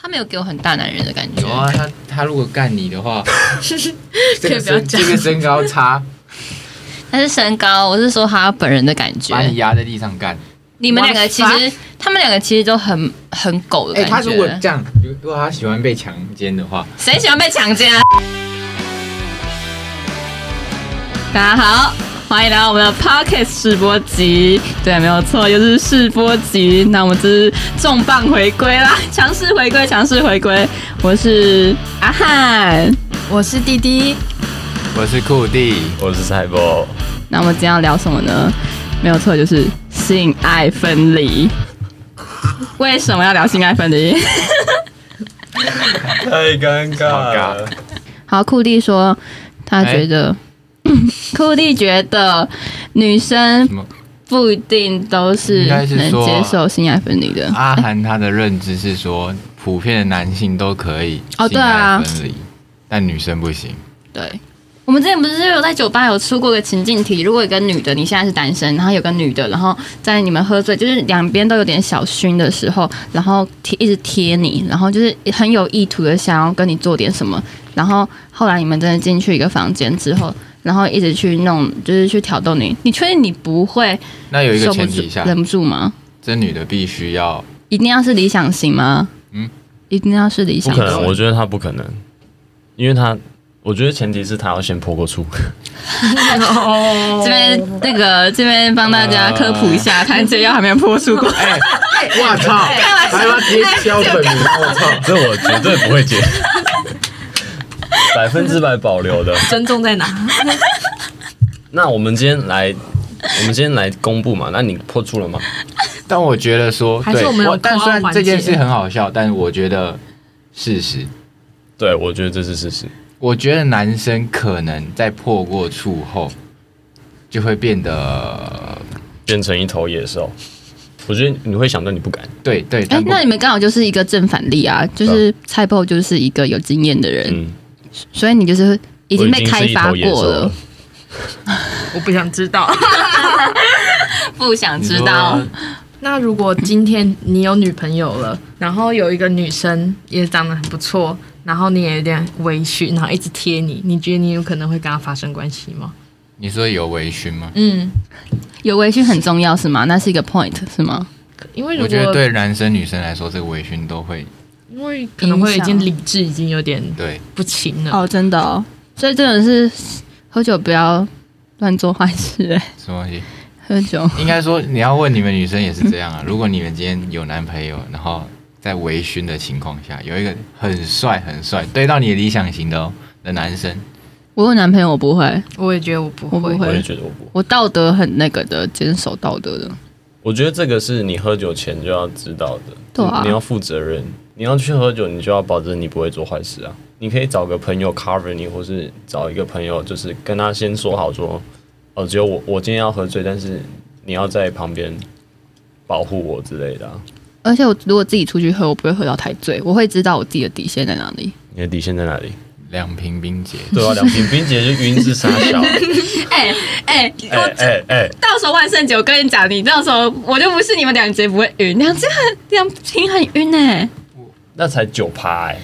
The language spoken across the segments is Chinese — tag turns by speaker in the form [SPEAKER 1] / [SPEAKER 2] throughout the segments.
[SPEAKER 1] 他没有给我很大男人的感觉。
[SPEAKER 2] 有啊，他他如果干你 的话，这
[SPEAKER 1] 可以
[SPEAKER 2] 个
[SPEAKER 1] 不要
[SPEAKER 2] 身
[SPEAKER 1] 讲
[SPEAKER 2] 这。个身高差，
[SPEAKER 1] 他是身高，我是说他本人的感觉
[SPEAKER 2] 把。你压在地上干。
[SPEAKER 1] 你们两个其实，他们两个其实都很很狗的
[SPEAKER 2] 哎、
[SPEAKER 1] 感觉。
[SPEAKER 2] 他如果这样，如如果他喜欢被强奸的话，
[SPEAKER 1] 谁喜欢被强奸啊？大家好，欢迎来到我们的 Pocket 试播集。对，没有错，又是试播集。那我们这是重磅回归啦， 强势回归，强势回归。我是阿汉，
[SPEAKER 3] 我是弟弟，
[SPEAKER 2] 我是酷弟，
[SPEAKER 4] 我是蔡博，
[SPEAKER 1] 那我们今天要聊什么呢？没有错，就是性爱分离。为什么要聊性爱分离？
[SPEAKER 4] 太尴尬
[SPEAKER 2] 了
[SPEAKER 4] 了。
[SPEAKER 1] 好，酷弟说他觉得，哎 酷弟觉得女生
[SPEAKER 2] 什么
[SPEAKER 1] 不一定都是
[SPEAKER 2] 应该是
[SPEAKER 1] 能
[SPEAKER 2] 说
[SPEAKER 1] 接受性爱分离的。
[SPEAKER 2] 阿涵啊他的认知是说，普遍的男性都可以
[SPEAKER 1] 哦对啊
[SPEAKER 2] 性爱分离，但女生不行。
[SPEAKER 1] 对，我们之前不是有在酒吧有出过个情境题，如果有个女的，你现在是单身，然后有个女的，然后在你们喝醉，就是两边都有点小醺的时候，然后贴一直贴你，然后就是很有意图的想要跟你做点什么，然后后来你们真的进去一个房间之后。然后一直去弄，就是去挑逗你。你确定你不会
[SPEAKER 2] 那有一个
[SPEAKER 1] 受不
[SPEAKER 2] 前
[SPEAKER 1] 住
[SPEAKER 2] 提下，嗯
[SPEAKER 1] 忍不住吗？
[SPEAKER 2] 这女的必须要
[SPEAKER 1] 一定要是理想型吗？
[SPEAKER 2] 嗯
[SPEAKER 1] 嗯，一定要是理
[SPEAKER 4] 不
[SPEAKER 1] 想
[SPEAKER 4] 可
[SPEAKER 1] 型。
[SPEAKER 4] 能，我觉得他不可能，因为他，我觉得前提是他要先破过处。
[SPEAKER 1] 这边那个这边帮大家科普一
[SPEAKER 2] 啊
[SPEAKER 1] 下，看这药还没有破除过。
[SPEAKER 2] 哎，我操，
[SPEAKER 1] 开玩笑
[SPEAKER 2] 还要直接敲本名，我操！
[SPEAKER 4] 这我绝对不会接，百分之百保留的。
[SPEAKER 3] 尊重在哪？
[SPEAKER 4] 那我们今天来，我们今天来公布嘛？那你破处了吗？
[SPEAKER 2] 但我觉得说，
[SPEAKER 3] 还是
[SPEAKER 2] 对
[SPEAKER 3] 我们有
[SPEAKER 2] 但
[SPEAKER 3] 扣
[SPEAKER 2] 虽
[SPEAKER 3] 二
[SPEAKER 2] 然
[SPEAKER 3] 环
[SPEAKER 2] 这件
[SPEAKER 3] 节
[SPEAKER 2] 事很好笑，但我觉得事实，
[SPEAKER 4] 对，我觉得这是事实。
[SPEAKER 2] 我觉得男生可能在破过处后，就会变得
[SPEAKER 4] 变成一头野兽，我觉得你会想，但你不敢。
[SPEAKER 2] 对对，
[SPEAKER 1] 哎、
[SPEAKER 2] 但不
[SPEAKER 1] 那你们刚好就是一个正反例啊，就是蔡报就是一个有经验的人，
[SPEAKER 4] 嗯，
[SPEAKER 1] 所以你就是已经被开发
[SPEAKER 4] 我已经是一头野
[SPEAKER 1] 过
[SPEAKER 4] 兽
[SPEAKER 1] 了
[SPEAKER 4] 了，
[SPEAKER 3] 我不想知道。
[SPEAKER 1] 不想
[SPEAKER 2] 你说
[SPEAKER 1] 知道。
[SPEAKER 3] 那如果今天你有女朋友了，然后有一个女生也长得很不错，然后你也有点微醺，然后一直贴你，你觉得你有可能会跟她发生关系吗？
[SPEAKER 2] 你说有微醺吗？
[SPEAKER 3] 嗯，
[SPEAKER 1] 有微醺很重要是吗？那是一个 point 是吗？
[SPEAKER 3] 因为如
[SPEAKER 2] 我觉得
[SPEAKER 3] 果
[SPEAKER 2] 对男生女生来说，这个微醺都会
[SPEAKER 3] 因为可能会已经
[SPEAKER 1] 影响
[SPEAKER 3] 理智已经有点
[SPEAKER 2] 对。
[SPEAKER 3] 不清了。
[SPEAKER 1] 哦，真的哦，所以真的是喝酒不要乱做坏事、哎，
[SPEAKER 2] 什么东西？
[SPEAKER 1] 喝酒
[SPEAKER 2] 应该说你要问你们女生也是这样 啊。如果你们今天有男朋友，然后在微醺的情况下，有一个很帅很帅，对到你的理想型的哦的男生，
[SPEAKER 1] 我有男朋友我不会，
[SPEAKER 3] 我也觉得我不
[SPEAKER 1] 我不
[SPEAKER 3] 会，
[SPEAKER 4] 我也
[SPEAKER 1] 会，
[SPEAKER 4] 觉得我不。
[SPEAKER 1] 我道德很那个的，坚守道德的。
[SPEAKER 4] 我觉得这个是你喝酒前就要知道的，
[SPEAKER 1] 对啊
[SPEAKER 4] 你要负责任，你要去喝酒，你就要保证你不会做坏事啊。你可以找个朋友 cover 你，或是找一个朋友，就是跟他先说好说，哦，只有我我今天要喝醉，但是你要在旁边保护我之类的啊、
[SPEAKER 1] 而且我如果自己出去喝，我不会喝到太醉，我会知道我自己的底线在哪里。
[SPEAKER 4] 你的底线在哪里？
[SPEAKER 2] 两瓶冰姐，
[SPEAKER 4] 对啊，两瓶冰姐就晕是傻 小，
[SPEAKER 1] 哎哎、
[SPEAKER 4] 哎哎哎，
[SPEAKER 1] 到时候万圣节，我跟你讲，你到时候我就不是你们两节不会晕，两节很两瓶很晕哎、
[SPEAKER 4] 那才九趴哎，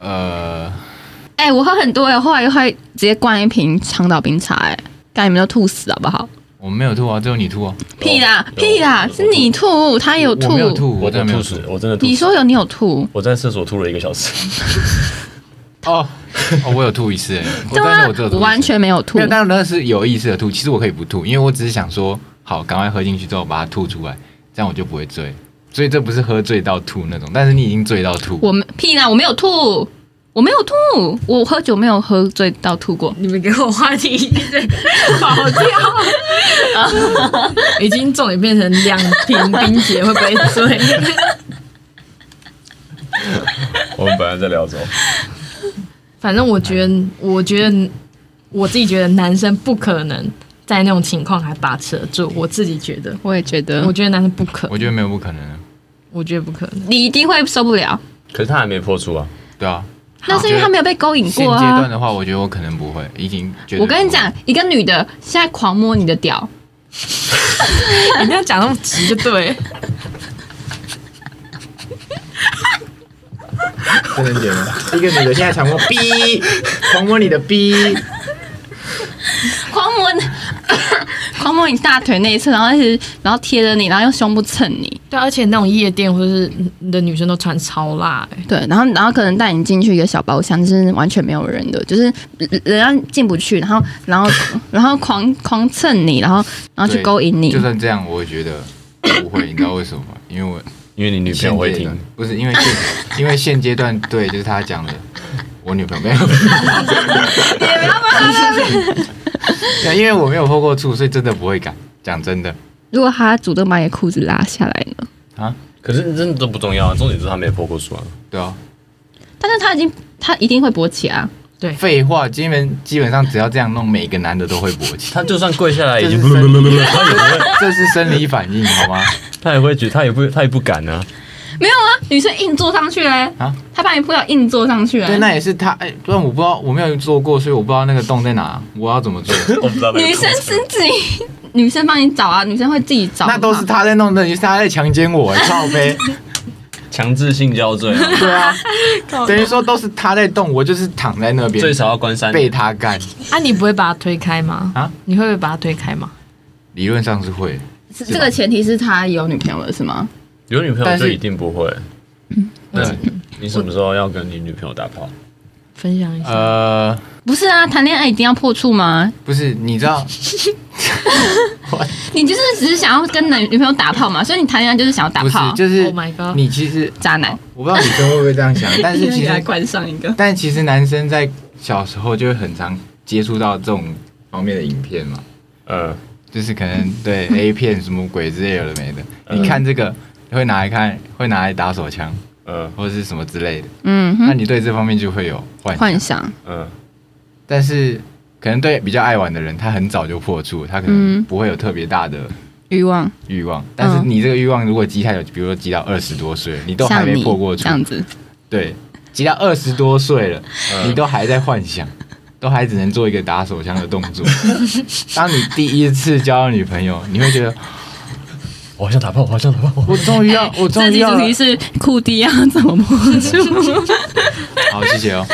[SPEAKER 2] 呃，
[SPEAKER 1] 哎、我喝很多哎、后来又会直接灌一瓶长岛冰茶哎、干你们都吐死好不好？
[SPEAKER 2] 我没有吐啊，只有你吐啊，
[SPEAKER 1] 屁啦
[SPEAKER 4] 有
[SPEAKER 1] 屁啦
[SPEAKER 4] 有，
[SPEAKER 1] 是你吐，他有
[SPEAKER 2] 我
[SPEAKER 1] 吐
[SPEAKER 2] 没，有吐，
[SPEAKER 4] 我
[SPEAKER 2] 真的
[SPEAKER 4] 真的
[SPEAKER 2] 没有
[SPEAKER 4] 吐
[SPEAKER 2] 吐
[SPEAKER 4] 死。，我真的吐死。
[SPEAKER 1] 你说有你有吐，
[SPEAKER 4] 我在厕所吐了一个小时，
[SPEAKER 2] 哦，哦，我有吐一次，哎，我
[SPEAKER 1] 对
[SPEAKER 2] 但
[SPEAKER 1] 啊
[SPEAKER 2] 是我只有，吐一次
[SPEAKER 1] 完全没有吐
[SPEAKER 2] 没有，，但那是有意识的吐。其实我可以不吐，因为我只是想说，好，赶快喝进去之后把它吐出来，这样我就不会醉。所以这不是喝醉到吐那种，但是你已经醉到吐。
[SPEAKER 1] 我没屁啦，我没有吐，我没有吐，我喝酒没有喝醉到吐过。
[SPEAKER 3] 你们给我话题一直跑 掉，已经重点变成两瓶冰姐会不会醉？
[SPEAKER 4] 我们本来在聊什么？
[SPEAKER 3] 反正我觉得，我觉得我自己觉得男生不可能在那种情况还把持得住，我自己觉得，
[SPEAKER 1] 我也觉得
[SPEAKER 3] 嗯我，觉得男生不可，
[SPEAKER 2] 我觉得没有不可能啊，
[SPEAKER 3] 我觉得不可能。
[SPEAKER 1] 你一定会受不了。
[SPEAKER 4] 可是他还没破处啊。
[SPEAKER 2] 对啊。
[SPEAKER 1] 那是因为他没有被勾引
[SPEAKER 2] 现
[SPEAKER 1] 过
[SPEAKER 2] 阶段
[SPEAKER 1] 啊。
[SPEAKER 2] 的话，我觉得我可能不会，已经觉得。
[SPEAKER 1] 我跟你讲，，一个女的现在狂摸你的屌，
[SPEAKER 3] 你不要讲那么直就对了，
[SPEAKER 5] 不能剪吗？一个女的现在强迫逼，狂摸你的逼，
[SPEAKER 1] 狂摸你，狂摸你大腿内侧，然后一直然后贴着你，然后用胸部蹭你，
[SPEAKER 3] 对，而且那种夜店或是的女生都穿超辣、欸，
[SPEAKER 1] 对，然后然后可能带你进去一个小包厢，就是完全没有人的，就是人人家进不去，然后然后然后狂狂蹭你，然后然后去
[SPEAKER 2] 对
[SPEAKER 1] 勾引你
[SPEAKER 2] 就，算这样，我也觉得不会，你知道为什么吗？因为我
[SPEAKER 4] 因为你女朋友会
[SPEAKER 2] 现阶
[SPEAKER 4] 听
[SPEAKER 2] 段，不是因为现 因为现阶段对，就是他讲的，我女朋友没有，对因为我没有破过处，所以真的不会敢。讲真的
[SPEAKER 1] 如果他主动把你的裤子拉下来呢？
[SPEAKER 2] 啊，
[SPEAKER 4] 可是真的都不重要啊，重点是她没破过处啊。
[SPEAKER 2] 对啊，
[SPEAKER 1] 但是他已经他一定会勃起啊，
[SPEAKER 2] 废话，基本基本上只要这样弄，每个男的都会勃 起，
[SPEAKER 4] 她就算跪下来已
[SPEAKER 2] 这
[SPEAKER 4] 经
[SPEAKER 2] 是，
[SPEAKER 4] 她
[SPEAKER 2] 生理，
[SPEAKER 4] 也不会，
[SPEAKER 2] 这是生理反应好吗？
[SPEAKER 4] 她也会觉得，她也不，她也不敢啊。
[SPEAKER 1] 没有啊，女生硬坐上去嘞、
[SPEAKER 2] 啊
[SPEAKER 1] 他把你扑倒硬坐上去嘞、
[SPEAKER 2] 对，那也是他，哎、不然我不知道，我没有做过，所以我不知道那个洞在哪，我要怎么做？
[SPEAKER 4] 我不知道那个
[SPEAKER 1] 女生是自己， 女生帮你找啊，女生会自己找。
[SPEAKER 2] 那都是
[SPEAKER 1] 好不好
[SPEAKER 2] 他在弄的，也是他在强奸我，哎靠呗。
[SPEAKER 4] 强制性交罪啊，
[SPEAKER 2] 对啊，等于说都是他在动，我就是躺在那边，
[SPEAKER 4] 最少要关三
[SPEAKER 2] 被
[SPEAKER 4] 年。
[SPEAKER 2] 他干。
[SPEAKER 3] 啊，你不会把它推开吗？
[SPEAKER 2] 啊，
[SPEAKER 3] 你会不会把它推开吗？
[SPEAKER 2] 理论上是会，
[SPEAKER 1] 是这个前提是他有女朋友了是吗？
[SPEAKER 4] 有女朋
[SPEAKER 2] 但是
[SPEAKER 4] 友就一定不会。那
[SPEAKER 2] 对
[SPEAKER 4] 你什么时候要跟你女朋友打炮？
[SPEAKER 3] 分享一下，
[SPEAKER 2] 呃，
[SPEAKER 1] 不是啊，谈恋爱一定要破处吗？
[SPEAKER 2] 不是，你知道，
[SPEAKER 1] 你就是只是想要跟男女朋友打炮嘛，所以你谈恋爱就是想要打
[SPEAKER 2] 不是
[SPEAKER 1] 炮，，
[SPEAKER 2] 就是
[SPEAKER 3] Oh my god
[SPEAKER 2] 你其实
[SPEAKER 1] 渣男。
[SPEAKER 2] 我不知道女生会不会这 样想，但是其
[SPEAKER 1] 给他
[SPEAKER 2] 实，
[SPEAKER 1] 关上一个，
[SPEAKER 2] 但其实男生在小时候就会很常接触到这种方面的影片嘛，
[SPEAKER 4] 嗯，
[SPEAKER 2] 就是可能 对 A 片什么鬼之类有的没的，
[SPEAKER 4] 嗯
[SPEAKER 2] 你看这个会拿来看，会拿来打手枪
[SPEAKER 4] 嗯
[SPEAKER 2] 或者是什么之类的，
[SPEAKER 1] 嗯
[SPEAKER 2] 那
[SPEAKER 1] 哼，
[SPEAKER 2] 你对这方面就会有幻想。
[SPEAKER 1] 幻想，
[SPEAKER 4] 嗯，
[SPEAKER 2] 但是可能对比较爱玩的人，他很早就破处，他可能
[SPEAKER 1] 嗯
[SPEAKER 2] 不会有特别大的
[SPEAKER 1] 欲望，
[SPEAKER 2] 欲望。但
[SPEAKER 1] 嗯
[SPEAKER 2] 是你这个欲望如果积太久，比如说积到二十多岁，你都还
[SPEAKER 1] 像
[SPEAKER 2] 没
[SPEAKER 1] 你
[SPEAKER 2] 破过处
[SPEAKER 1] 这，样子，
[SPEAKER 2] 对，积到二十多岁了，
[SPEAKER 4] 嗯
[SPEAKER 2] 你都还在幻想，都还只能做一个打手枪的动 作。当你第一次交到女朋友，你会觉得
[SPEAKER 4] 我好想打炮，我好想打炮。
[SPEAKER 2] 我终于要，我终
[SPEAKER 1] 这
[SPEAKER 2] 于
[SPEAKER 1] 集
[SPEAKER 2] 要
[SPEAKER 1] 主
[SPEAKER 2] 了
[SPEAKER 1] 题是库迪要怎么破 处，
[SPEAKER 2] 好，谢谢哦。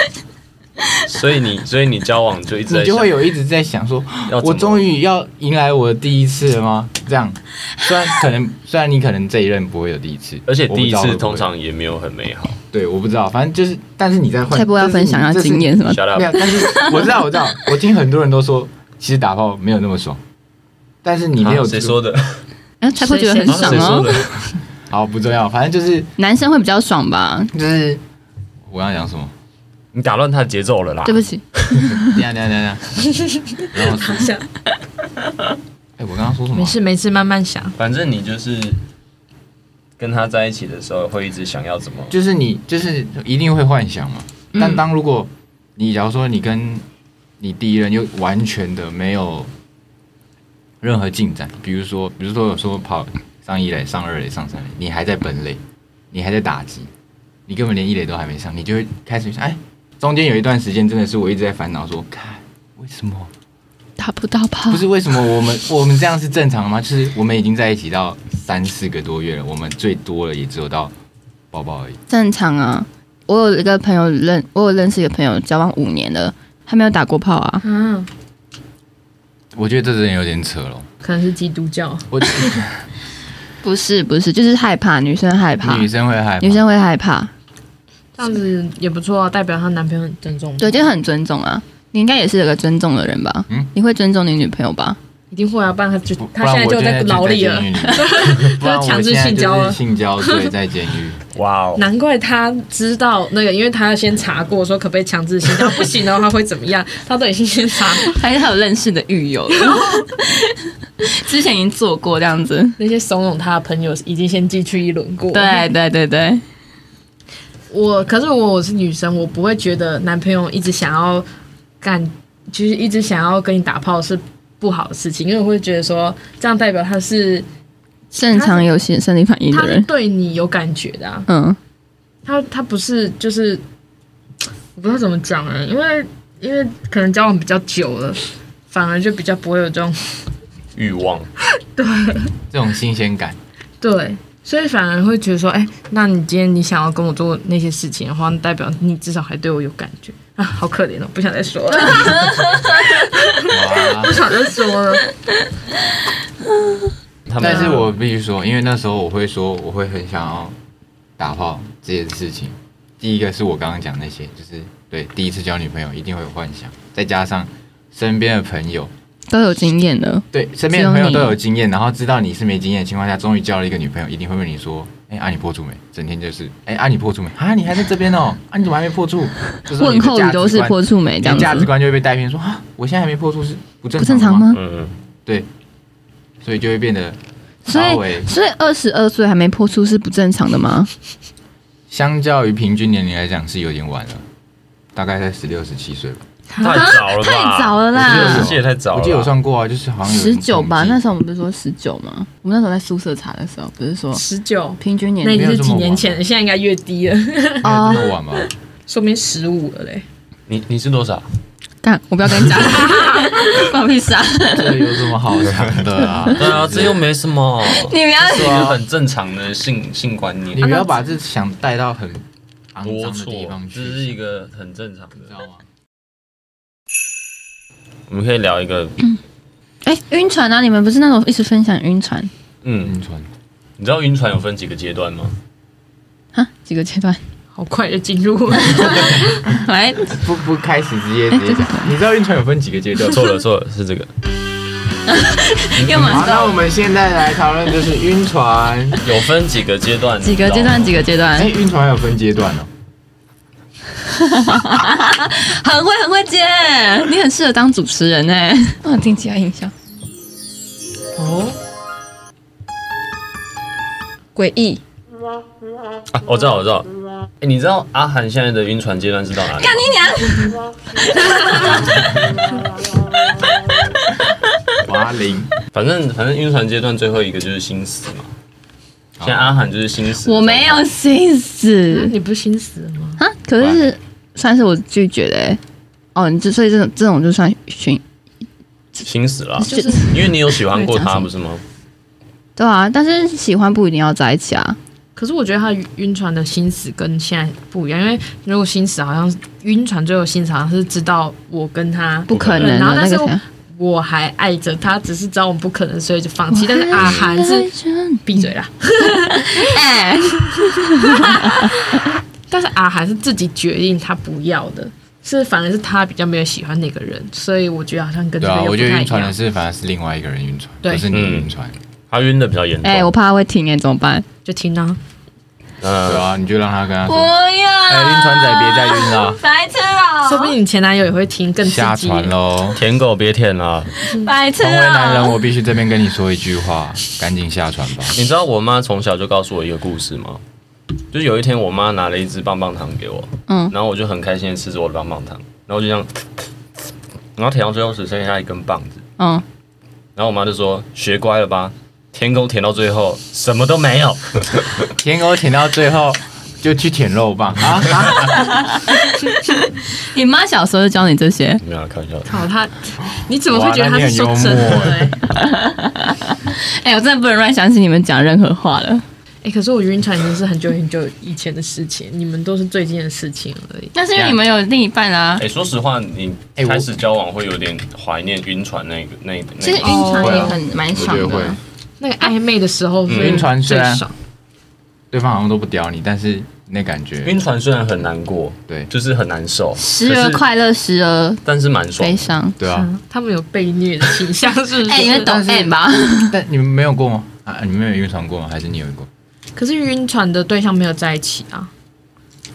[SPEAKER 4] 所以你，所以你交往就一直
[SPEAKER 2] 你
[SPEAKER 4] 在
[SPEAKER 2] 就
[SPEAKER 4] 想
[SPEAKER 2] 会有一直在想说
[SPEAKER 4] 要，怎么
[SPEAKER 2] 我终于要迎来我的第一次了吗？这样，虽然可能， 虽然你可能这一任不会有第一次，
[SPEAKER 4] 而且
[SPEAKER 2] 我不
[SPEAKER 4] 第
[SPEAKER 2] 知
[SPEAKER 4] 一
[SPEAKER 2] 道会
[SPEAKER 4] 次
[SPEAKER 2] 不会
[SPEAKER 4] 通常也没有很美好。
[SPEAKER 2] 对，我不知道，反正就是，但是你在换，
[SPEAKER 1] 才不会要分享要
[SPEAKER 2] 这是
[SPEAKER 1] 经验什么的？
[SPEAKER 4] Shut
[SPEAKER 2] 没有，
[SPEAKER 4] up！
[SPEAKER 2] 但是 我知道，我知道，我听很多人都说，其实打炮没有那么爽，但是你没有
[SPEAKER 4] 啊谁说的？
[SPEAKER 1] 哎，才不会觉得很
[SPEAKER 3] 谁
[SPEAKER 1] 爽
[SPEAKER 4] 谁说
[SPEAKER 1] 哦
[SPEAKER 4] 的？。
[SPEAKER 2] 好不重要，反正就是
[SPEAKER 1] 男生会比较爽吧？
[SPEAKER 2] 就是我要讲什么？
[SPEAKER 4] 你打乱他的节奏了啦！
[SPEAKER 1] 对不起，
[SPEAKER 2] 等一下等一下等一下，然后说，
[SPEAKER 3] 啊
[SPEAKER 2] 哎，我刚刚说什么
[SPEAKER 3] 没？事没事，慢慢想。
[SPEAKER 4] 反正你就是跟他在一起的时候，会一直想要怎么？
[SPEAKER 2] 就是你就是一定会幻想嘛。但当如果你假如说你跟你第一任又完全的没有任何进展，比如说比如说有说跑上一垒、上二垒、上三垒，你还在本垒，你还在打击，你根本连一垒都还没上，你就会开始想，哎，中间有一段时间真的是我一直在烦恼说，看为什么
[SPEAKER 1] 打不到炮
[SPEAKER 2] 不，是为什么我们我们这样是正常的吗？就是我们已经在一起到三四个多月了，我们最多了也只有到抱抱而已。
[SPEAKER 1] 正常啊。我有一个朋友认，我有认识一个朋友交往五年了，他没有打过炮啊。
[SPEAKER 3] 嗯，
[SPEAKER 2] 我觉得这真的有点扯了。
[SPEAKER 3] 可能是基督教。
[SPEAKER 2] 我
[SPEAKER 1] 不是不是，就是害怕，女生害怕，
[SPEAKER 2] 女生会害怕，
[SPEAKER 1] 女生会害怕，
[SPEAKER 3] 这样子也不错啊，代表她男朋友很尊重。
[SPEAKER 1] 对，就很尊重啊。你应该也是有个尊重的人吧？
[SPEAKER 2] 嗯
[SPEAKER 1] 你会尊重你女朋友吧？
[SPEAKER 3] 一定会啊，不然她就
[SPEAKER 2] 不不
[SPEAKER 3] 她
[SPEAKER 2] 然
[SPEAKER 3] 现在
[SPEAKER 2] 我
[SPEAKER 3] 就
[SPEAKER 2] 现
[SPEAKER 3] 在
[SPEAKER 2] 在
[SPEAKER 3] 牢里了
[SPEAKER 2] 就在。监狱 里不然我
[SPEAKER 3] 强制
[SPEAKER 2] 现在
[SPEAKER 3] 性交
[SPEAKER 2] 就是
[SPEAKER 3] 了
[SPEAKER 2] 性交 对，在监狱。
[SPEAKER 4] 哇哦！
[SPEAKER 3] 难怪她知道那个，因为她要先查过说可不可以强制性交，不行的话会怎么样，她都已经先查过。
[SPEAKER 1] 还是他有认识的狱友了， 之前已经做过这样子。
[SPEAKER 3] 那些怂恿她的朋友已经先进去一轮过。
[SPEAKER 1] 对对对对，
[SPEAKER 3] 我可是我我是女生，我不会觉得男朋友一直想要干，就是一直想要跟你打炮是不好的事情，因为我会觉得说这样代表他是
[SPEAKER 1] 正常有些生理反应
[SPEAKER 3] 他
[SPEAKER 1] 的
[SPEAKER 3] 是
[SPEAKER 1] 人，
[SPEAKER 3] 对你有感觉的、啊，
[SPEAKER 1] 嗯，
[SPEAKER 3] 他他不是就是我不知道怎么讲哎、因为因为可能交往比较久了，反而就比较不会有这种
[SPEAKER 4] 欲望，
[SPEAKER 2] 这种新鲜感，
[SPEAKER 3] 对，所以反而会觉得说，哎、那你今天你想要跟我做那些事情的话，那代表你至少还对我有感觉啊，好可怜哦，不想再说了，
[SPEAKER 2] 哇
[SPEAKER 3] 不想再说了。
[SPEAKER 4] 他们
[SPEAKER 2] 但是我必须说，因为那时候我会说，我会很想要打炮这件事情。第一个是我刚刚讲那些，就是对第一次交女朋友一定会有幻想，再加上身边的朋友，
[SPEAKER 1] 都有经验的，
[SPEAKER 2] 对身边的朋友都有经验，然后知道你是没经验的情况下，终于交了一个女朋友，一定会问你说：“哎、啊你破处没？”整天就是：“哎、啊你破处没？啊你还在这边 哦？啊你怎么还没破处？”就是你
[SPEAKER 1] 问
[SPEAKER 2] 的
[SPEAKER 1] 候语都是
[SPEAKER 2] 价值观
[SPEAKER 1] 破处没这
[SPEAKER 2] 你的
[SPEAKER 1] 样
[SPEAKER 2] 价值
[SPEAKER 1] 子，
[SPEAKER 2] 观就会被带偏，说：“啊我现在还没破处是不正
[SPEAKER 1] 不正常
[SPEAKER 2] 的
[SPEAKER 1] 吗？
[SPEAKER 4] 嗯，
[SPEAKER 2] 对，所以就会变得
[SPEAKER 1] 所
[SPEAKER 2] 稍微
[SPEAKER 1] 以，所以二十二岁还没破处是不正常的吗？
[SPEAKER 2] 相较于平均年龄来讲是有点晚了，大概在十六、十七岁吧。
[SPEAKER 4] 太早了吧，
[SPEAKER 1] 太早了啦
[SPEAKER 4] 我记得十七也太早了
[SPEAKER 2] 我
[SPEAKER 4] 啦，
[SPEAKER 2] 记得有算过啊，就是好像有
[SPEAKER 1] 十九吧，那时
[SPEAKER 2] 候
[SPEAKER 1] 候我们不是说十九吗？我们那时候在宿舍查的时候，不是说
[SPEAKER 3] 十九，
[SPEAKER 1] 平均年
[SPEAKER 3] 那已
[SPEAKER 1] 龄
[SPEAKER 3] 经是几年前了，现在应该越低了，
[SPEAKER 2] 那么晚吧？
[SPEAKER 3] 说明十五了嘞。
[SPEAKER 4] 你你是多少？
[SPEAKER 1] 干，我不要跟 你讲，不好意思啊，
[SPEAKER 2] 这有什么好讲的 啊？
[SPEAKER 4] 对啊，这又没什么，
[SPEAKER 1] 你不要
[SPEAKER 4] 这是啊一个很正常的性性观
[SPEAKER 2] 你
[SPEAKER 4] 念，
[SPEAKER 2] 不要把这想带到很肮
[SPEAKER 4] 龌
[SPEAKER 2] 脏的地方
[SPEAKER 4] 龊，
[SPEAKER 2] 去，
[SPEAKER 4] 这是一
[SPEAKER 2] 个
[SPEAKER 4] 个很正常
[SPEAKER 2] 你知
[SPEAKER 4] 的
[SPEAKER 2] 道。吗？
[SPEAKER 4] 我们可以聊一个，
[SPEAKER 1] 哎，晕船啊！你们不是那种一直分享晕船
[SPEAKER 4] 嗯，
[SPEAKER 2] 晕船，
[SPEAKER 4] 你知道晕船有分几个阶段吗？
[SPEAKER 1] 啊？几个阶段？
[SPEAKER 3] 好快就进入，
[SPEAKER 1] 来，
[SPEAKER 2] 不不开始直接直接讲。 你知道晕船有分几个阶 段？
[SPEAKER 4] 错了错了，是这个
[SPEAKER 1] 干
[SPEAKER 5] 好，
[SPEAKER 1] 嘛？
[SPEAKER 5] 那我们现在来讨论就是晕 船。
[SPEAKER 4] 有分几个阶段，
[SPEAKER 1] 几个阶段？几个阶段
[SPEAKER 5] 哎、？晕船有分阶段 哦。
[SPEAKER 1] 很会很会接，你很适合当主持人 哎、我听其他音效。
[SPEAKER 3] 哦，
[SPEAKER 1] 诡异，
[SPEAKER 4] 啊我知道我知道，哎，你知道阿涵现在的晕船阶段是到哪里
[SPEAKER 1] 啊
[SPEAKER 4] 吗？
[SPEAKER 1] 干你娘！
[SPEAKER 2] 华零，
[SPEAKER 4] 反正反正晕船阶段最后一个就是心死嘛。现在阿涵就是心死，
[SPEAKER 1] 我没有心思
[SPEAKER 3] 你不是心死了吗？
[SPEAKER 1] 啊，可是是算是我拒绝的、欸、哦，你这所以这种这种就算寻
[SPEAKER 4] 心死了，
[SPEAKER 1] 就是
[SPEAKER 4] 因为你有喜欢过
[SPEAKER 1] 我在讲
[SPEAKER 4] 他
[SPEAKER 1] 什么
[SPEAKER 4] 不是吗？
[SPEAKER 1] 对啊，但是喜欢不一定要在一起啊，
[SPEAKER 3] 可是我觉得他晕船的心死跟现在不一样，因为如果心死好像晕船最后心死好像是知道我跟他
[SPEAKER 1] 不可能
[SPEAKER 3] 然后
[SPEAKER 1] 的那
[SPEAKER 3] 但是
[SPEAKER 1] 个谁啊
[SPEAKER 3] 我还爱着他，只是知道我们不可能，所以就放弃。但是阿涵是闭嘴啦，
[SPEAKER 1] 哎，
[SPEAKER 3] 但是阿涵是自己决定他不要的，是反而是他比较没有喜欢那个人，所以我觉得好像跟
[SPEAKER 2] 对
[SPEAKER 3] 这个
[SPEAKER 2] 啊，
[SPEAKER 3] 又
[SPEAKER 2] 我
[SPEAKER 3] 不
[SPEAKER 2] 觉得
[SPEAKER 3] 太
[SPEAKER 2] 晕
[SPEAKER 3] 一
[SPEAKER 2] 船的
[SPEAKER 3] 样。
[SPEAKER 2] 是反而是另外一个人晕船，
[SPEAKER 3] 对
[SPEAKER 2] 不是你晕船。
[SPEAKER 4] 他晕的比较严重。
[SPEAKER 1] 哎、我怕他会停哎、怎么办？
[SPEAKER 3] 就听啊，
[SPEAKER 2] 对
[SPEAKER 4] 嗯，
[SPEAKER 2] 啊，你就让他跟他
[SPEAKER 1] 不
[SPEAKER 2] 说，
[SPEAKER 1] 要
[SPEAKER 2] 哎，晕船仔别再晕 了，
[SPEAKER 1] 白痴啊
[SPEAKER 3] 说不定你前男友也会听更刺
[SPEAKER 2] 下
[SPEAKER 3] 激。
[SPEAKER 2] 船喽。
[SPEAKER 4] 舔狗别舔啊了。
[SPEAKER 1] 白痴哦
[SPEAKER 2] 成为男人，我必须这边跟你说一句话，赶紧下船吧。
[SPEAKER 4] 你知道我妈从小就告诉我一个故事吗？就是有一天我妈拿了一支棒棒糖给我，
[SPEAKER 1] 嗯，
[SPEAKER 4] 然后我就很开心的吃着我的棒棒糖，然后就这样，然后舔到最后只剩下一根棒子，
[SPEAKER 1] 嗯，
[SPEAKER 4] 然后我妈就说学乖了吧，舔狗舔到最后什么都没有，
[SPEAKER 2] 舔狗舔到最后就去舔肉棒啊！
[SPEAKER 1] 你妈小时候就教你这些，
[SPEAKER 4] 没有啊啦开玩笑的，
[SPEAKER 3] 好，他你怎么会觉得他是说真
[SPEAKER 2] 哇那你很幽
[SPEAKER 3] 的、
[SPEAKER 2] 默
[SPEAKER 3] 欸？
[SPEAKER 1] 哎、我真的不能乱相信你们讲任何话了。
[SPEAKER 3] 哎、可是我晕船已经是很久很久以前的事情，你们都是最近的事情而已。
[SPEAKER 1] 但是因为你们有另一半啦、啊
[SPEAKER 4] 哎、，说实话，你
[SPEAKER 2] 哎我
[SPEAKER 4] 开始交往会有点怀念晕船那个那
[SPEAKER 1] 其
[SPEAKER 4] 那
[SPEAKER 1] 实
[SPEAKER 4] 个
[SPEAKER 1] 晕船也很蛮
[SPEAKER 2] 我
[SPEAKER 1] 爽
[SPEAKER 2] 觉得
[SPEAKER 1] 的
[SPEAKER 2] 会，
[SPEAKER 1] 啊。
[SPEAKER 3] 那个暧昧的时候是
[SPEAKER 2] 嗯晕船虽
[SPEAKER 3] 最
[SPEAKER 2] 然
[SPEAKER 3] 爽，
[SPEAKER 2] 对方好像都不屌你，但是那感觉
[SPEAKER 4] 晕船虽然很难过，
[SPEAKER 2] 对
[SPEAKER 4] 就是很难受，
[SPEAKER 1] 时而
[SPEAKER 4] 可是，
[SPEAKER 1] 快乐，时而
[SPEAKER 4] 但是蛮爽
[SPEAKER 1] 悲。伤。
[SPEAKER 2] 对啊。
[SPEAKER 3] 他们有被虐的倾向，是不是？
[SPEAKER 1] 哎、你们懂 M 吧？
[SPEAKER 2] 但你们没有过吗？啊，你们没有晕船过吗？还是你有过？
[SPEAKER 3] 可是晕船的对象没有在一起啊，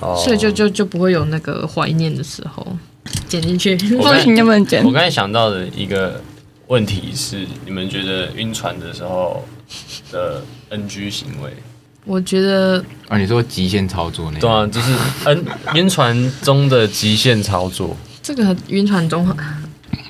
[SPEAKER 4] 哦
[SPEAKER 3] 所以就就就不会有那个怀念的时候。剪进去，
[SPEAKER 4] 我刚才
[SPEAKER 1] 能不能剪
[SPEAKER 4] 我刚才想到的一个问题是，你们觉得晕船的时候的 NG 行为？
[SPEAKER 3] 我觉得
[SPEAKER 2] 啊，你说极限操作那
[SPEAKER 4] 对
[SPEAKER 2] 种，
[SPEAKER 4] 啊，就是 N 晕船中的极限操作，
[SPEAKER 3] 这个晕船中很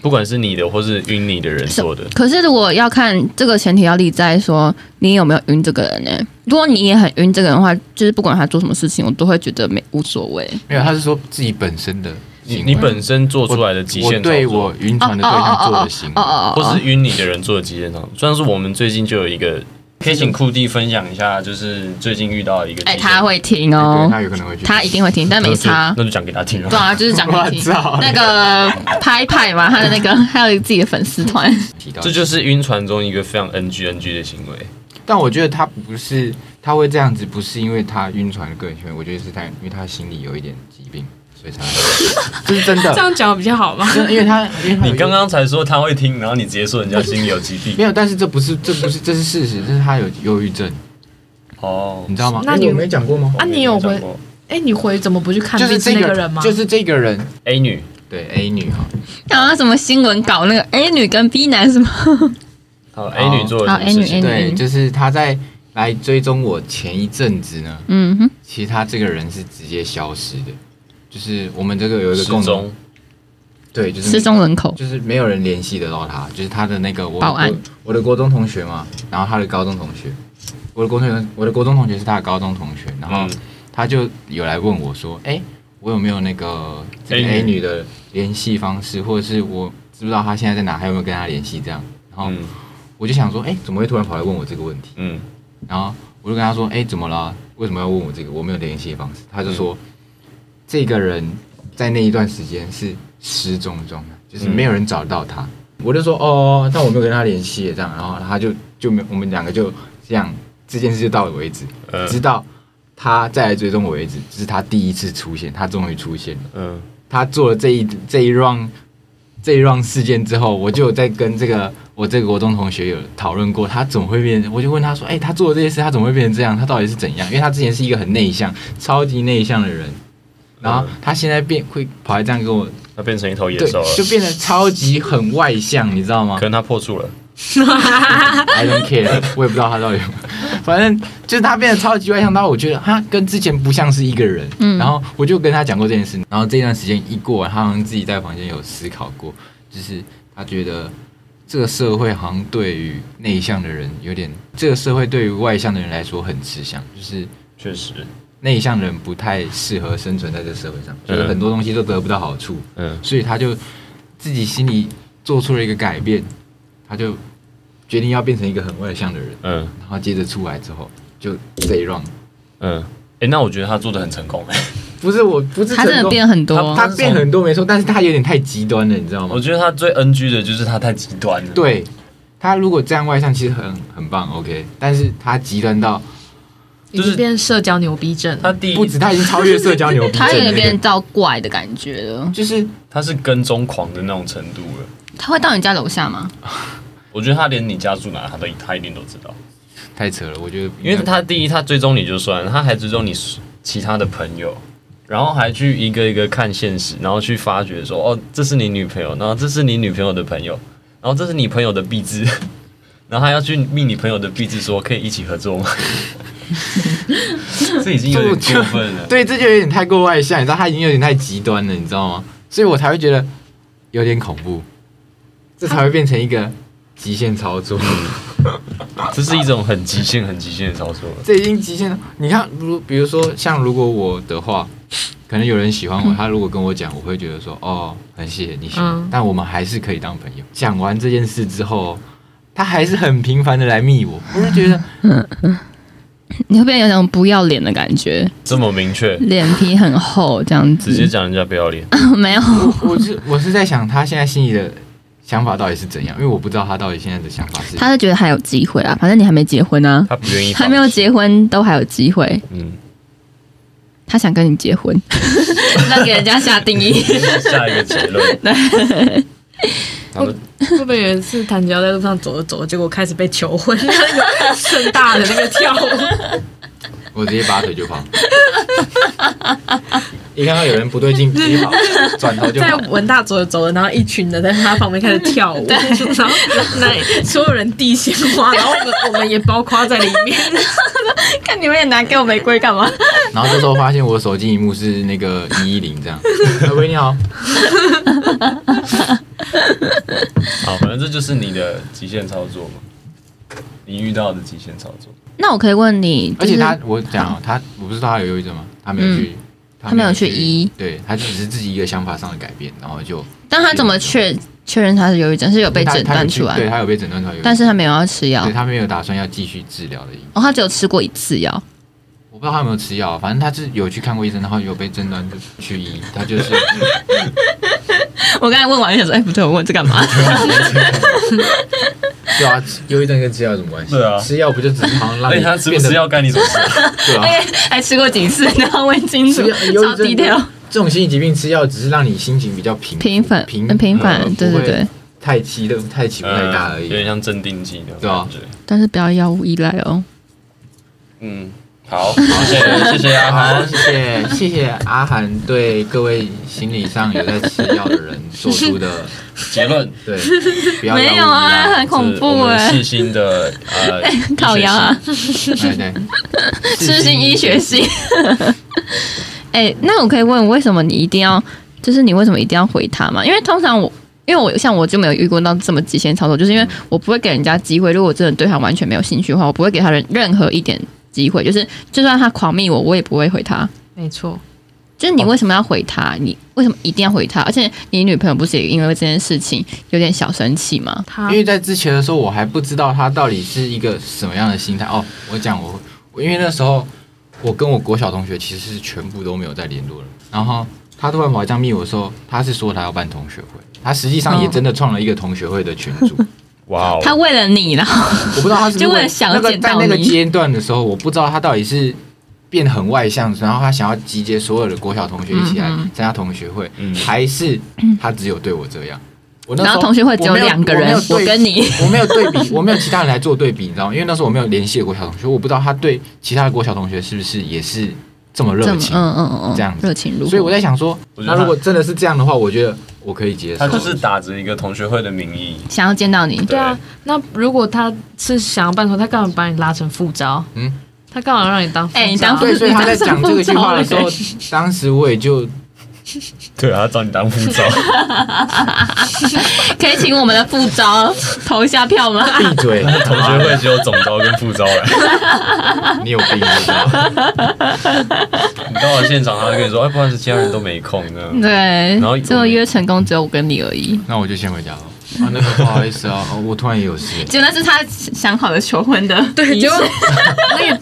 [SPEAKER 4] 不管是你的或是晕你的人做的，
[SPEAKER 1] 可是如果要看这个前提，要立在说你有没有晕这个人呢、哎如果你也很晕这个人的话，就是不管他做什么事情，我都会觉得没无所谓。
[SPEAKER 2] 没有，他是说自己本身的
[SPEAKER 4] 你
[SPEAKER 2] 行为，
[SPEAKER 4] 你本身做出来的极
[SPEAKER 2] 我
[SPEAKER 4] 限
[SPEAKER 2] 对
[SPEAKER 4] 操作，
[SPEAKER 2] 我晕船的对象做的行为，
[SPEAKER 1] 哦
[SPEAKER 4] 或是晕你的人做的极限操作。虽然说我们最近就有一个可以请酷弟分享一下，就是最近遇到一个
[SPEAKER 1] 哎、
[SPEAKER 4] 经验
[SPEAKER 1] 他会听
[SPEAKER 2] 对
[SPEAKER 1] 哦，
[SPEAKER 2] 他有可能会去，
[SPEAKER 1] 他一定会听，但没差。
[SPEAKER 4] 那就讲给他听了。
[SPEAKER 1] 对啊，就是讲给你听
[SPEAKER 5] 我操
[SPEAKER 1] 那个拍拍嘛，他的那个 还有自己的粉丝团，
[SPEAKER 2] 提到
[SPEAKER 4] 这就是晕船中一个非常 NG NG 的行为。
[SPEAKER 2] 但我觉得他不是他会这样子，不是因为他晕船的个人行为，我觉得是他因为他心里有一点疾病，所以 才这是真
[SPEAKER 3] 这
[SPEAKER 2] 的。
[SPEAKER 3] 样讲比较好吧？
[SPEAKER 2] 因为他因为他有
[SPEAKER 4] 你刚刚才说他会听，然后你直接说人家心里有疾
[SPEAKER 2] 没
[SPEAKER 4] 病。
[SPEAKER 2] 有，但是这不是这不是这是事实，这是他有忧郁症，
[SPEAKER 4] 哦
[SPEAKER 2] 你，知道吗？
[SPEAKER 3] 那你
[SPEAKER 5] 我没讲过吗？
[SPEAKER 3] 啊，你有回
[SPEAKER 4] 讲？过
[SPEAKER 3] 哎、你回怎么不去看
[SPEAKER 2] 就是
[SPEAKER 3] 病是
[SPEAKER 2] 这
[SPEAKER 3] 那个人吗？
[SPEAKER 2] 就是这个人，
[SPEAKER 4] A 女
[SPEAKER 2] 对 A 女哈，
[SPEAKER 1] 然后什么新闻稿那个 A 女跟 B 男什么，
[SPEAKER 4] 好 A
[SPEAKER 2] 哦
[SPEAKER 4] 女做了
[SPEAKER 1] 好
[SPEAKER 4] 什么事
[SPEAKER 1] A 女
[SPEAKER 4] 情？
[SPEAKER 1] 嗯
[SPEAKER 2] 对，就是他在来追踪我前一阵子呢，
[SPEAKER 1] 嗯哼，
[SPEAKER 2] 其实他这个人是直接消失的，就是我们这个有一个共
[SPEAKER 4] 失
[SPEAKER 2] 同
[SPEAKER 4] 踪，
[SPEAKER 2] 对，就是
[SPEAKER 1] 失踪人口，
[SPEAKER 2] 就是没有人联系得到他，就是他的那个我
[SPEAKER 1] 报案
[SPEAKER 2] 我我的国中同学嘛，然后他的高中同学，我的国中我的国中同学是他的高中同学，然后
[SPEAKER 4] 嗯
[SPEAKER 2] 他就有来问我说，哎、我有没有那个这个
[SPEAKER 4] A
[SPEAKER 2] A
[SPEAKER 4] 女
[SPEAKER 2] 女的联系方式，或者是我知不知道她现在在哪，还有没有跟她联系这样，然后
[SPEAKER 4] 嗯
[SPEAKER 2] 我就想说，哎、怎么会突然跑来问我这个问题？
[SPEAKER 4] 嗯，
[SPEAKER 2] 然后我就跟他说：“哎、怎么了？为什么要问我这个？我没有联系方式。”他就说：“这个人在那一段时间是失踪的状态，就是没有人找到他。我就说：“哦，但我没有跟他联系。”这样，然后他就就没有，我们两个就这样，这件事就到了为止，
[SPEAKER 4] 嗯
[SPEAKER 2] 直到他再来追踪我为止。这、是他第一次出现，他终于出现了。
[SPEAKER 4] 嗯，
[SPEAKER 2] 他做了这一这一 round 这一 round 事件之后，我就有在跟这个我这个国中同学有讨论过，他怎么会变？我就问他说：“哎、他做了这些事，他怎么会变成这样？他到底是怎样？因为他之前是一个很内向、超级内向的人，然后他现在变会跑来这样跟我，
[SPEAKER 4] 他变成一头野
[SPEAKER 2] 对
[SPEAKER 4] 兽，
[SPEAKER 2] 就
[SPEAKER 4] 了，
[SPEAKER 2] 变得超级很外向，你知道吗
[SPEAKER 4] 可？能他破处了。
[SPEAKER 2] I don't care，我也不知道他到底有没有，反正就是他变得超级外向到我觉得他跟之前不像是一个人。
[SPEAKER 1] 嗯
[SPEAKER 2] 然后我就跟他讲过这件事，然后这段时间一过，他好像自己在房间有思考过，就是他觉得这个社会好像对于内向的人有点，这个社会对于外向的人来说很吃香，就是
[SPEAKER 4] 确实，
[SPEAKER 2] 内向的人不太适合生存在这社会上，就是很多东西都得不到好处。
[SPEAKER 4] 嗯，
[SPEAKER 2] 所以他就自己心里做出了一个改变，他就决定要变成一个很外向的人。
[SPEAKER 4] 嗯
[SPEAKER 2] 然后接着出来之后，就这一 round，
[SPEAKER 4] 嗯，哎，那我觉得他做的很成功。
[SPEAKER 2] 不是我不是
[SPEAKER 1] 他真
[SPEAKER 2] 成
[SPEAKER 1] 的
[SPEAKER 2] 功
[SPEAKER 1] 变很多，
[SPEAKER 2] 他变很多没错，但是他有点太极端了，你知道
[SPEAKER 4] 我
[SPEAKER 2] 吗？
[SPEAKER 4] 觉得他最 NG 的就是他太极端了。，
[SPEAKER 2] 对他如果这样外向，其实很很棒，OK，但是他极端到
[SPEAKER 3] 已
[SPEAKER 4] 就
[SPEAKER 3] 经
[SPEAKER 4] 是
[SPEAKER 3] 变社交牛逼症了。
[SPEAKER 4] 他第
[SPEAKER 2] 不
[SPEAKER 4] 一
[SPEAKER 2] 止他已经超越社交牛 逼症
[SPEAKER 1] 他
[SPEAKER 2] 了，
[SPEAKER 1] 有点变到怪的感觉了。
[SPEAKER 2] 就是
[SPEAKER 4] 他是跟踪狂的那种程度了。
[SPEAKER 1] 他会到你家楼下吗？
[SPEAKER 4] 我觉得他连你家住哪，他都他一定都知道，
[SPEAKER 2] 太扯了，我觉得
[SPEAKER 4] 因为他第一他追踪你就算，了，他还追踪你其他的朋友，然后还去一个一个看现实，然后去发掘说哦，这是你女朋友，然后这是你女朋友的朋友，然后这是你朋友的壁纸， 然后还要去密你朋友的壁纸说可以一起合作吗？ 这已经有点过分了。
[SPEAKER 2] 对，这就有点太过外向，你知道他已经有点太极端了，你知道吗？所以我才会觉得有点恐怖，这才会变成一个极限操作。
[SPEAKER 4] 这是一种很极限、很极限的操作了。
[SPEAKER 2] 这已经极限了。你看，如比如说像如果我的话，可能有人喜欢我，他如果跟我讲，我会觉得说哦，很谢谢你喜欢，
[SPEAKER 3] 嗯
[SPEAKER 2] 但我们还是可以当朋友。讲完这件事之后，他还是很频繁的来密我，我就觉得
[SPEAKER 1] 你会不会有种不要脸的感觉？
[SPEAKER 4] 这么明确，
[SPEAKER 1] 脸皮很厚这样
[SPEAKER 4] 直接
[SPEAKER 1] 子？
[SPEAKER 4] 讲人家不要脸。
[SPEAKER 1] 没有，
[SPEAKER 2] 我是我是在想他现在心里的想法到底是怎样，因为我不知道他到底现在的想法是。
[SPEAKER 1] 他是觉得还有机会啊，反正你还没结婚啊，
[SPEAKER 4] 他不愿意放弃，
[SPEAKER 1] 还没有结婚都还有机会。
[SPEAKER 4] 嗯，
[SPEAKER 1] 他想跟你结婚， 那给人家下定义。
[SPEAKER 4] 下一个结论。他们
[SPEAKER 3] 会不会有一次谭乔在路上走着走着，结果开始被求婚，那个盛大的那个跳舞，
[SPEAKER 2] 我直接拔腿就跑。一看到有人不对劲，直接跑， 转头就
[SPEAKER 3] 在
[SPEAKER 2] 跑。
[SPEAKER 3] 文大走着走着，然后一群人在他旁边开始跳舞，然后那所有人地鲜花，然后我们我们也包括在里面，
[SPEAKER 1] 看你们也拿给我玫瑰干嘛？
[SPEAKER 2] 然后这时候发现我手机荧幕是那个一一零这 样。哎喂，你好。
[SPEAKER 4] 好，反正这就是你的极限操作嘛，你遇到的极限操作。
[SPEAKER 1] 那我可以问你，
[SPEAKER 2] 而
[SPEAKER 1] 就是啊嗯
[SPEAKER 2] 且他，我讲哦他，我不是说他有忧郁症吗？他没有去，
[SPEAKER 1] 他没有去医
[SPEAKER 2] 对他只是自己一个想法上的改变，然后就
[SPEAKER 1] 但他怎么确确认他是忧郁症，是有被
[SPEAKER 2] 他
[SPEAKER 1] 诊
[SPEAKER 2] 他有
[SPEAKER 1] 断
[SPEAKER 2] 去
[SPEAKER 1] 出来
[SPEAKER 2] 对
[SPEAKER 1] 的，
[SPEAKER 2] 他有被诊断出来有，
[SPEAKER 1] 但是他没有要吃药
[SPEAKER 2] 对，他没有打算要继续治疗的意思。
[SPEAKER 1] 哦，他只有吃过一次药，
[SPEAKER 2] 我不知道他有没有吃药，啊反正他是有去看过医生，然后有被诊断去医，他 就是
[SPEAKER 4] 啊
[SPEAKER 1] 我刚才问完就想说，哎，不对，我问这干 嘛？
[SPEAKER 5] 对啊，忧郁症跟吃药有什么关系？
[SPEAKER 4] 对啊
[SPEAKER 5] 吃药不就只是好像让
[SPEAKER 4] 而
[SPEAKER 5] 你
[SPEAKER 4] 且哎他吃不
[SPEAKER 5] 变得
[SPEAKER 4] 吃药干你什么事？
[SPEAKER 2] 对啊，
[SPEAKER 1] 哎，还吃过几次， 然后问清 楚
[SPEAKER 5] 吃药，忧
[SPEAKER 1] 超
[SPEAKER 5] 郁
[SPEAKER 1] 低
[SPEAKER 5] 症
[SPEAKER 1] 调，
[SPEAKER 5] 这种心理疾病吃药只是让你心情比较平
[SPEAKER 1] 平凡，
[SPEAKER 5] 平
[SPEAKER 1] 嗯平凡
[SPEAKER 5] 呃，
[SPEAKER 1] 对
[SPEAKER 5] 不会
[SPEAKER 1] 对对，
[SPEAKER 5] 太激动太起伏太大而
[SPEAKER 4] 嗯有点
[SPEAKER 5] 已。
[SPEAKER 4] 像镇定剂那
[SPEAKER 2] 对
[SPEAKER 4] 种
[SPEAKER 2] 啊
[SPEAKER 4] 感觉。
[SPEAKER 1] 但是不要药物依赖哦。
[SPEAKER 4] 嗯，好，好谢谢谢谢啊阿
[SPEAKER 2] 好，
[SPEAKER 4] 涵
[SPEAKER 2] 谢。谢谢谢阿涵对各位心理上有在吃药的人做出的
[SPEAKER 4] 结论
[SPEAKER 2] 对，不要
[SPEAKER 1] 没有 啊，很 恐
[SPEAKER 4] 是
[SPEAKER 1] 怖
[SPEAKER 4] 我们
[SPEAKER 1] 哎，
[SPEAKER 4] 细心的 呃
[SPEAKER 1] 靠腰啊，
[SPEAKER 2] 对对，
[SPEAKER 1] 痴心医学 系。哎，那我可以问，为什么你一定要，就是你为什么一定要回他吗？因为通常我。因为我像我就没有遇过到这么极限操作，就是因为我不会给人家机会。如果我真的对他完全没有兴趣的话，我不会给他任任何一点机
[SPEAKER 2] 嗯
[SPEAKER 1] 会。就是就算他狂密我，我也不会回他。
[SPEAKER 3] 没错，
[SPEAKER 1] 就是你为什么要回他？你为什么一定要回他？而且你女朋友不是也因为这件事情有点小生气吗？
[SPEAKER 3] 他
[SPEAKER 2] 因为在之前的时候，我还不知道他到底是一个什么样的心态。哦，我讲我，我因为那时候我跟我国小同学其实是全部都没有再联络了。然后他突然跑来这样密我说，他是说他要办同学会，他实际上也真的创了一个同学会的群 组。
[SPEAKER 4] 哇哦，
[SPEAKER 1] 他为了你，然后
[SPEAKER 2] 我不知道他是不是
[SPEAKER 1] 就为了想
[SPEAKER 2] 那个
[SPEAKER 1] 见到
[SPEAKER 2] 在那个
[SPEAKER 1] 你
[SPEAKER 2] 阶段的时候，我不知道他到底是变很外向，然后他想要集结所有的国小同学一起来
[SPEAKER 1] 嗯嗯
[SPEAKER 2] 参加同学会，
[SPEAKER 4] 嗯
[SPEAKER 2] 还是他只有对我这样。我那时
[SPEAKER 1] 然
[SPEAKER 2] 候
[SPEAKER 1] 后同学会只有两个人
[SPEAKER 2] 我没有，
[SPEAKER 1] 我
[SPEAKER 2] 对
[SPEAKER 1] 跟你，
[SPEAKER 2] 我没有对比，我没有其他人来做对比，你知道吗？因为那时候我没有联系的国小同学，我不知道他对其他的国小同学是不是也是这么热
[SPEAKER 1] 这么
[SPEAKER 2] 情。
[SPEAKER 1] 嗯嗯嗯嗯，
[SPEAKER 2] 这样子
[SPEAKER 1] 热情如火，
[SPEAKER 2] 所以我在想说，
[SPEAKER 4] 我觉得
[SPEAKER 2] 那
[SPEAKER 4] 他
[SPEAKER 2] 如果真的是这样的话，我觉得我可以接受。
[SPEAKER 4] 他就是打着一个同学会的名义，
[SPEAKER 1] 想要见到你，
[SPEAKER 3] 对啊。那如果他是想要办头，他干嘛把你拉成副招？
[SPEAKER 2] 嗯
[SPEAKER 3] 嗯，他干嘛让你当副招？
[SPEAKER 1] 哎你当副
[SPEAKER 2] 对，所以他在讲这个句话的时候
[SPEAKER 1] 你，
[SPEAKER 2] 当时我也就
[SPEAKER 4] 对啊，他找你当副 招，
[SPEAKER 1] 可以请我们的副招投一下票吗？
[SPEAKER 5] 闭嘴！
[SPEAKER 4] 同学会只有总招跟副招 来。
[SPEAKER 2] 你有病，你知道吗？
[SPEAKER 4] 你到了现场，他就跟你说，哎，不好意思，其他人都没空呢。
[SPEAKER 1] 对
[SPEAKER 4] 然后，
[SPEAKER 1] 最后约成功只有我跟你而已。
[SPEAKER 2] 那我就先回家了。啊，那个不好意思啊，哦我突然也有事。
[SPEAKER 1] 就那是他想好的求婚的，
[SPEAKER 3] 对，
[SPEAKER 1] 就
[SPEAKER 3] 就那个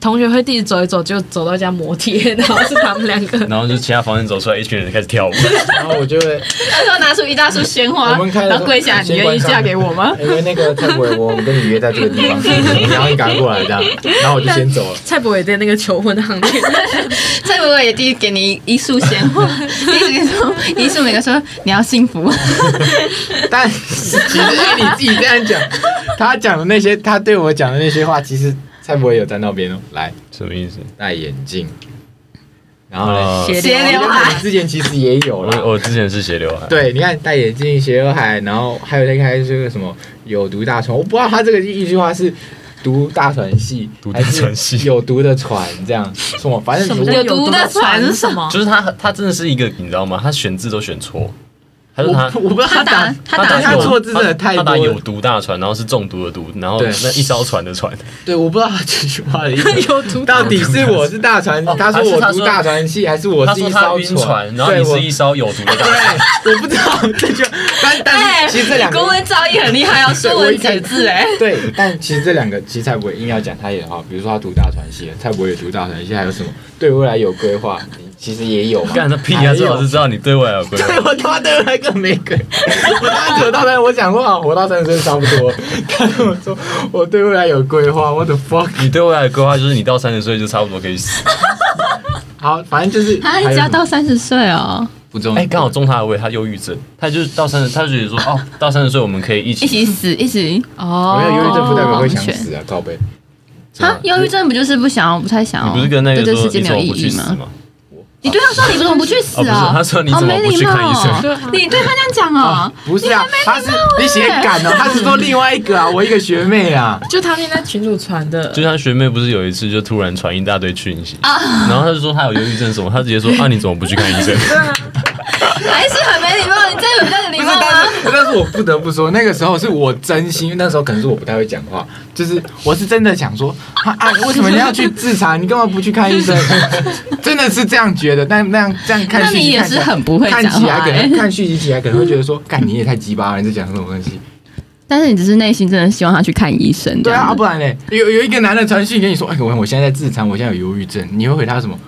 [SPEAKER 3] 同学会地走一走，就走到一家摩天，然后是他们两 个。
[SPEAKER 4] 然后就其他房间走出来，一群人开始跳舞。
[SPEAKER 5] 然后我就会，
[SPEAKER 1] 他说拿出一大束鲜花
[SPEAKER 5] 我们，开了
[SPEAKER 1] 然后啊跪下，你
[SPEAKER 5] 先
[SPEAKER 1] 愿
[SPEAKER 5] 关
[SPEAKER 1] 意
[SPEAKER 5] 上
[SPEAKER 1] 嫁给我吗？
[SPEAKER 5] 因为那个蔡博，我们跟你约在这个地 方，然后你赶快过来这样，然后我就先走了。
[SPEAKER 3] 蔡博也在那个求婚的行列，
[SPEAKER 1] 蔡伯伯也递给你一束鲜花，一直说一束每个说你要幸福，
[SPEAKER 5] 但是其实你自己这样讲，他讲的那些，他对我讲的那些话，其实蔡博有在那边哦。来，
[SPEAKER 4] 什么意思？
[SPEAKER 5] 戴眼镜，然后呢，
[SPEAKER 4] 呃
[SPEAKER 1] 斜
[SPEAKER 5] 其实
[SPEAKER 1] 刘海
[SPEAKER 5] 我之前其实也有了。
[SPEAKER 4] 我我之前是斜刘海，
[SPEAKER 5] 对，你看戴眼镜、斜刘海，然后还有那个还是这个什么有毒大船，我不知道他这个一句话是读大船系
[SPEAKER 4] 读
[SPEAKER 5] 还
[SPEAKER 4] 大
[SPEAKER 5] 是
[SPEAKER 4] 船系
[SPEAKER 5] 有毒的船这样什么，反正
[SPEAKER 1] 叫
[SPEAKER 5] 我
[SPEAKER 1] 有毒的船是什
[SPEAKER 3] 么
[SPEAKER 4] 就是他，他真的是一个，你知道吗？他选字都选错，他说
[SPEAKER 5] 我
[SPEAKER 4] 他
[SPEAKER 5] 不我不知道
[SPEAKER 1] 他
[SPEAKER 5] 他
[SPEAKER 1] 打
[SPEAKER 5] 打
[SPEAKER 1] 他
[SPEAKER 5] 打
[SPEAKER 1] 打
[SPEAKER 5] 他
[SPEAKER 4] 有
[SPEAKER 5] 错字真的太
[SPEAKER 4] 他打
[SPEAKER 5] 多了
[SPEAKER 4] 有毒大船，然后是中毒的毒，然后
[SPEAKER 5] 对
[SPEAKER 4] 那一艘船的船，
[SPEAKER 5] 对，我不知道他这句话的意思。
[SPEAKER 3] 有 毒
[SPEAKER 5] 到底是我是大船，
[SPEAKER 4] 哦
[SPEAKER 5] 他说我读大船系，还是我
[SPEAKER 4] 他
[SPEAKER 5] 是
[SPEAKER 4] 说
[SPEAKER 5] 一
[SPEAKER 4] 他
[SPEAKER 5] 艘
[SPEAKER 4] 晕船，然后
[SPEAKER 5] 对
[SPEAKER 4] 你
[SPEAKER 5] 我
[SPEAKER 4] 是一艘有毒的大船。
[SPEAKER 5] 对，我不知道这句，但
[SPEAKER 4] 哎
[SPEAKER 5] 但是其实这两个
[SPEAKER 1] 公哎文造诣很厉害哦，说文解字哎，
[SPEAKER 5] 对，但其实这两个，其实蔡博硬要讲他也好，比如说他读大传系，蔡博也读大传系，还有什么对未来有规划，其实也有嘛。
[SPEAKER 4] 干他屁
[SPEAKER 5] 还
[SPEAKER 4] 啊！
[SPEAKER 5] 有
[SPEAKER 4] 最好是知道你对未来有 规
[SPEAKER 5] 对
[SPEAKER 4] 划。
[SPEAKER 5] 我他妈对未来更没鬼。我他妈扯到三，我讲过啊，活到三十岁差不多。 但是我说我对未来有规划，我的 fuck。
[SPEAKER 4] 你对未来的规划就是你到三十岁就差不多可以死。
[SPEAKER 5] 好，反正就是
[SPEAKER 1] 他
[SPEAKER 5] 还有
[SPEAKER 1] 家
[SPEAKER 5] 什么
[SPEAKER 1] 到三十岁哦，
[SPEAKER 2] 不重
[SPEAKER 4] 哎，刚好中他的位，他忧郁症，他就是到三十，他就觉得说哦，到三十岁我们可以一
[SPEAKER 1] 一
[SPEAKER 4] 起。
[SPEAKER 1] 起死一起
[SPEAKER 3] 哦
[SPEAKER 5] 没有忧郁症不代表会想死啊，靠背。
[SPEAKER 1] 啊！忧郁症不就是不想要，不太想
[SPEAKER 4] 你
[SPEAKER 1] 要，
[SPEAKER 4] 不是跟那个
[SPEAKER 1] 对这
[SPEAKER 4] 说
[SPEAKER 1] 世界
[SPEAKER 4] 你
[SPEAKER 1] 没
[SPEAKER 4] 怎
[SPEAKER 1] 有
[SPEAKER 4] 么
[SPEAKER 1] 意
[SPEAKER 4] 不去
[SPEAKER 1] 义
[SPEAKER 4] 死
[SPEAKER 1] 吗？
[SPEAKER 4] 吗？
[SPEAKER 1] 你对他说你为什么不去死
[SPEAKER 4] 哦不
[SPEAKER 1] 啊？
[SPEAKER 4] 是他说你怎么
[SPEAKER 1] 哦没
[SPEAKER 4] 不
[SPEAKER 1] 礼
[SPEAKER 4] 去
[SPEAKER 1] 貌
[SPEAKER 4] 看医生
[SPEAKER 1] 哦你对他这样讲哦，
[SPEAKER 5] 不是啊，他是你写感哦，他是说另外一个啊，我一个学妹啊。
[SPEAKER 3] 就他那天在群主传的，
[SPEAKER 4] 就像学妹不是有一次就突然传一大堆讯息，啊 然后她就说她有忧郁症什么，她直接说啊你怎么不去看医生？
[SPEAKER 1] 哎还是很没礼貌，你这个比较有礼
[SPEAKER 2] 不是，
[SPEAKER 1] 貌
[SPEAKER 2] 但
[SPEAKER 1] 吗？
[SPEAKER 2] 是但是我不得不说，那个时候是我真心，因为那时候可能是我不太会讲话，就是我是真的想说，啊，啊为什么你要去自残？你干嘛不去 看医生？真的是这样觉得，但那样这样看
[SPEAKER 1] 那
[SPEAKER 2] 续
[SPEAKER 1] 你
[SPEAKER 2] 集
[SPEAKER 1] 也
[SPEAKER 2] 看起
[SPEAKER 1] 是
[SPEAKER 2] 来，
[SPEAKER 1] 很不会
[SPEAKER 2] 看
[SPEAKER 1] 讲
[SPEAKER 2] 起来
[SPEAKER 1] 话
[SPEAKER 2] 可
[SPEAKER 1] 欸
[SPEAKER 2] 能，看续集起来可能会觉得说，干你也太鸡巴了，你在讲什么东西？
[SPEAKER 1] 但是你只是内心真的希望他去看医生，
[SPEAKER 2] 对啊，啊
[SPEAKER 1] 这样子
[SPEAKER 2] 不然嘞，有有一个男的传讯给你说，哎，我我现在在自残，我现在有忧郁症，你会回他什么？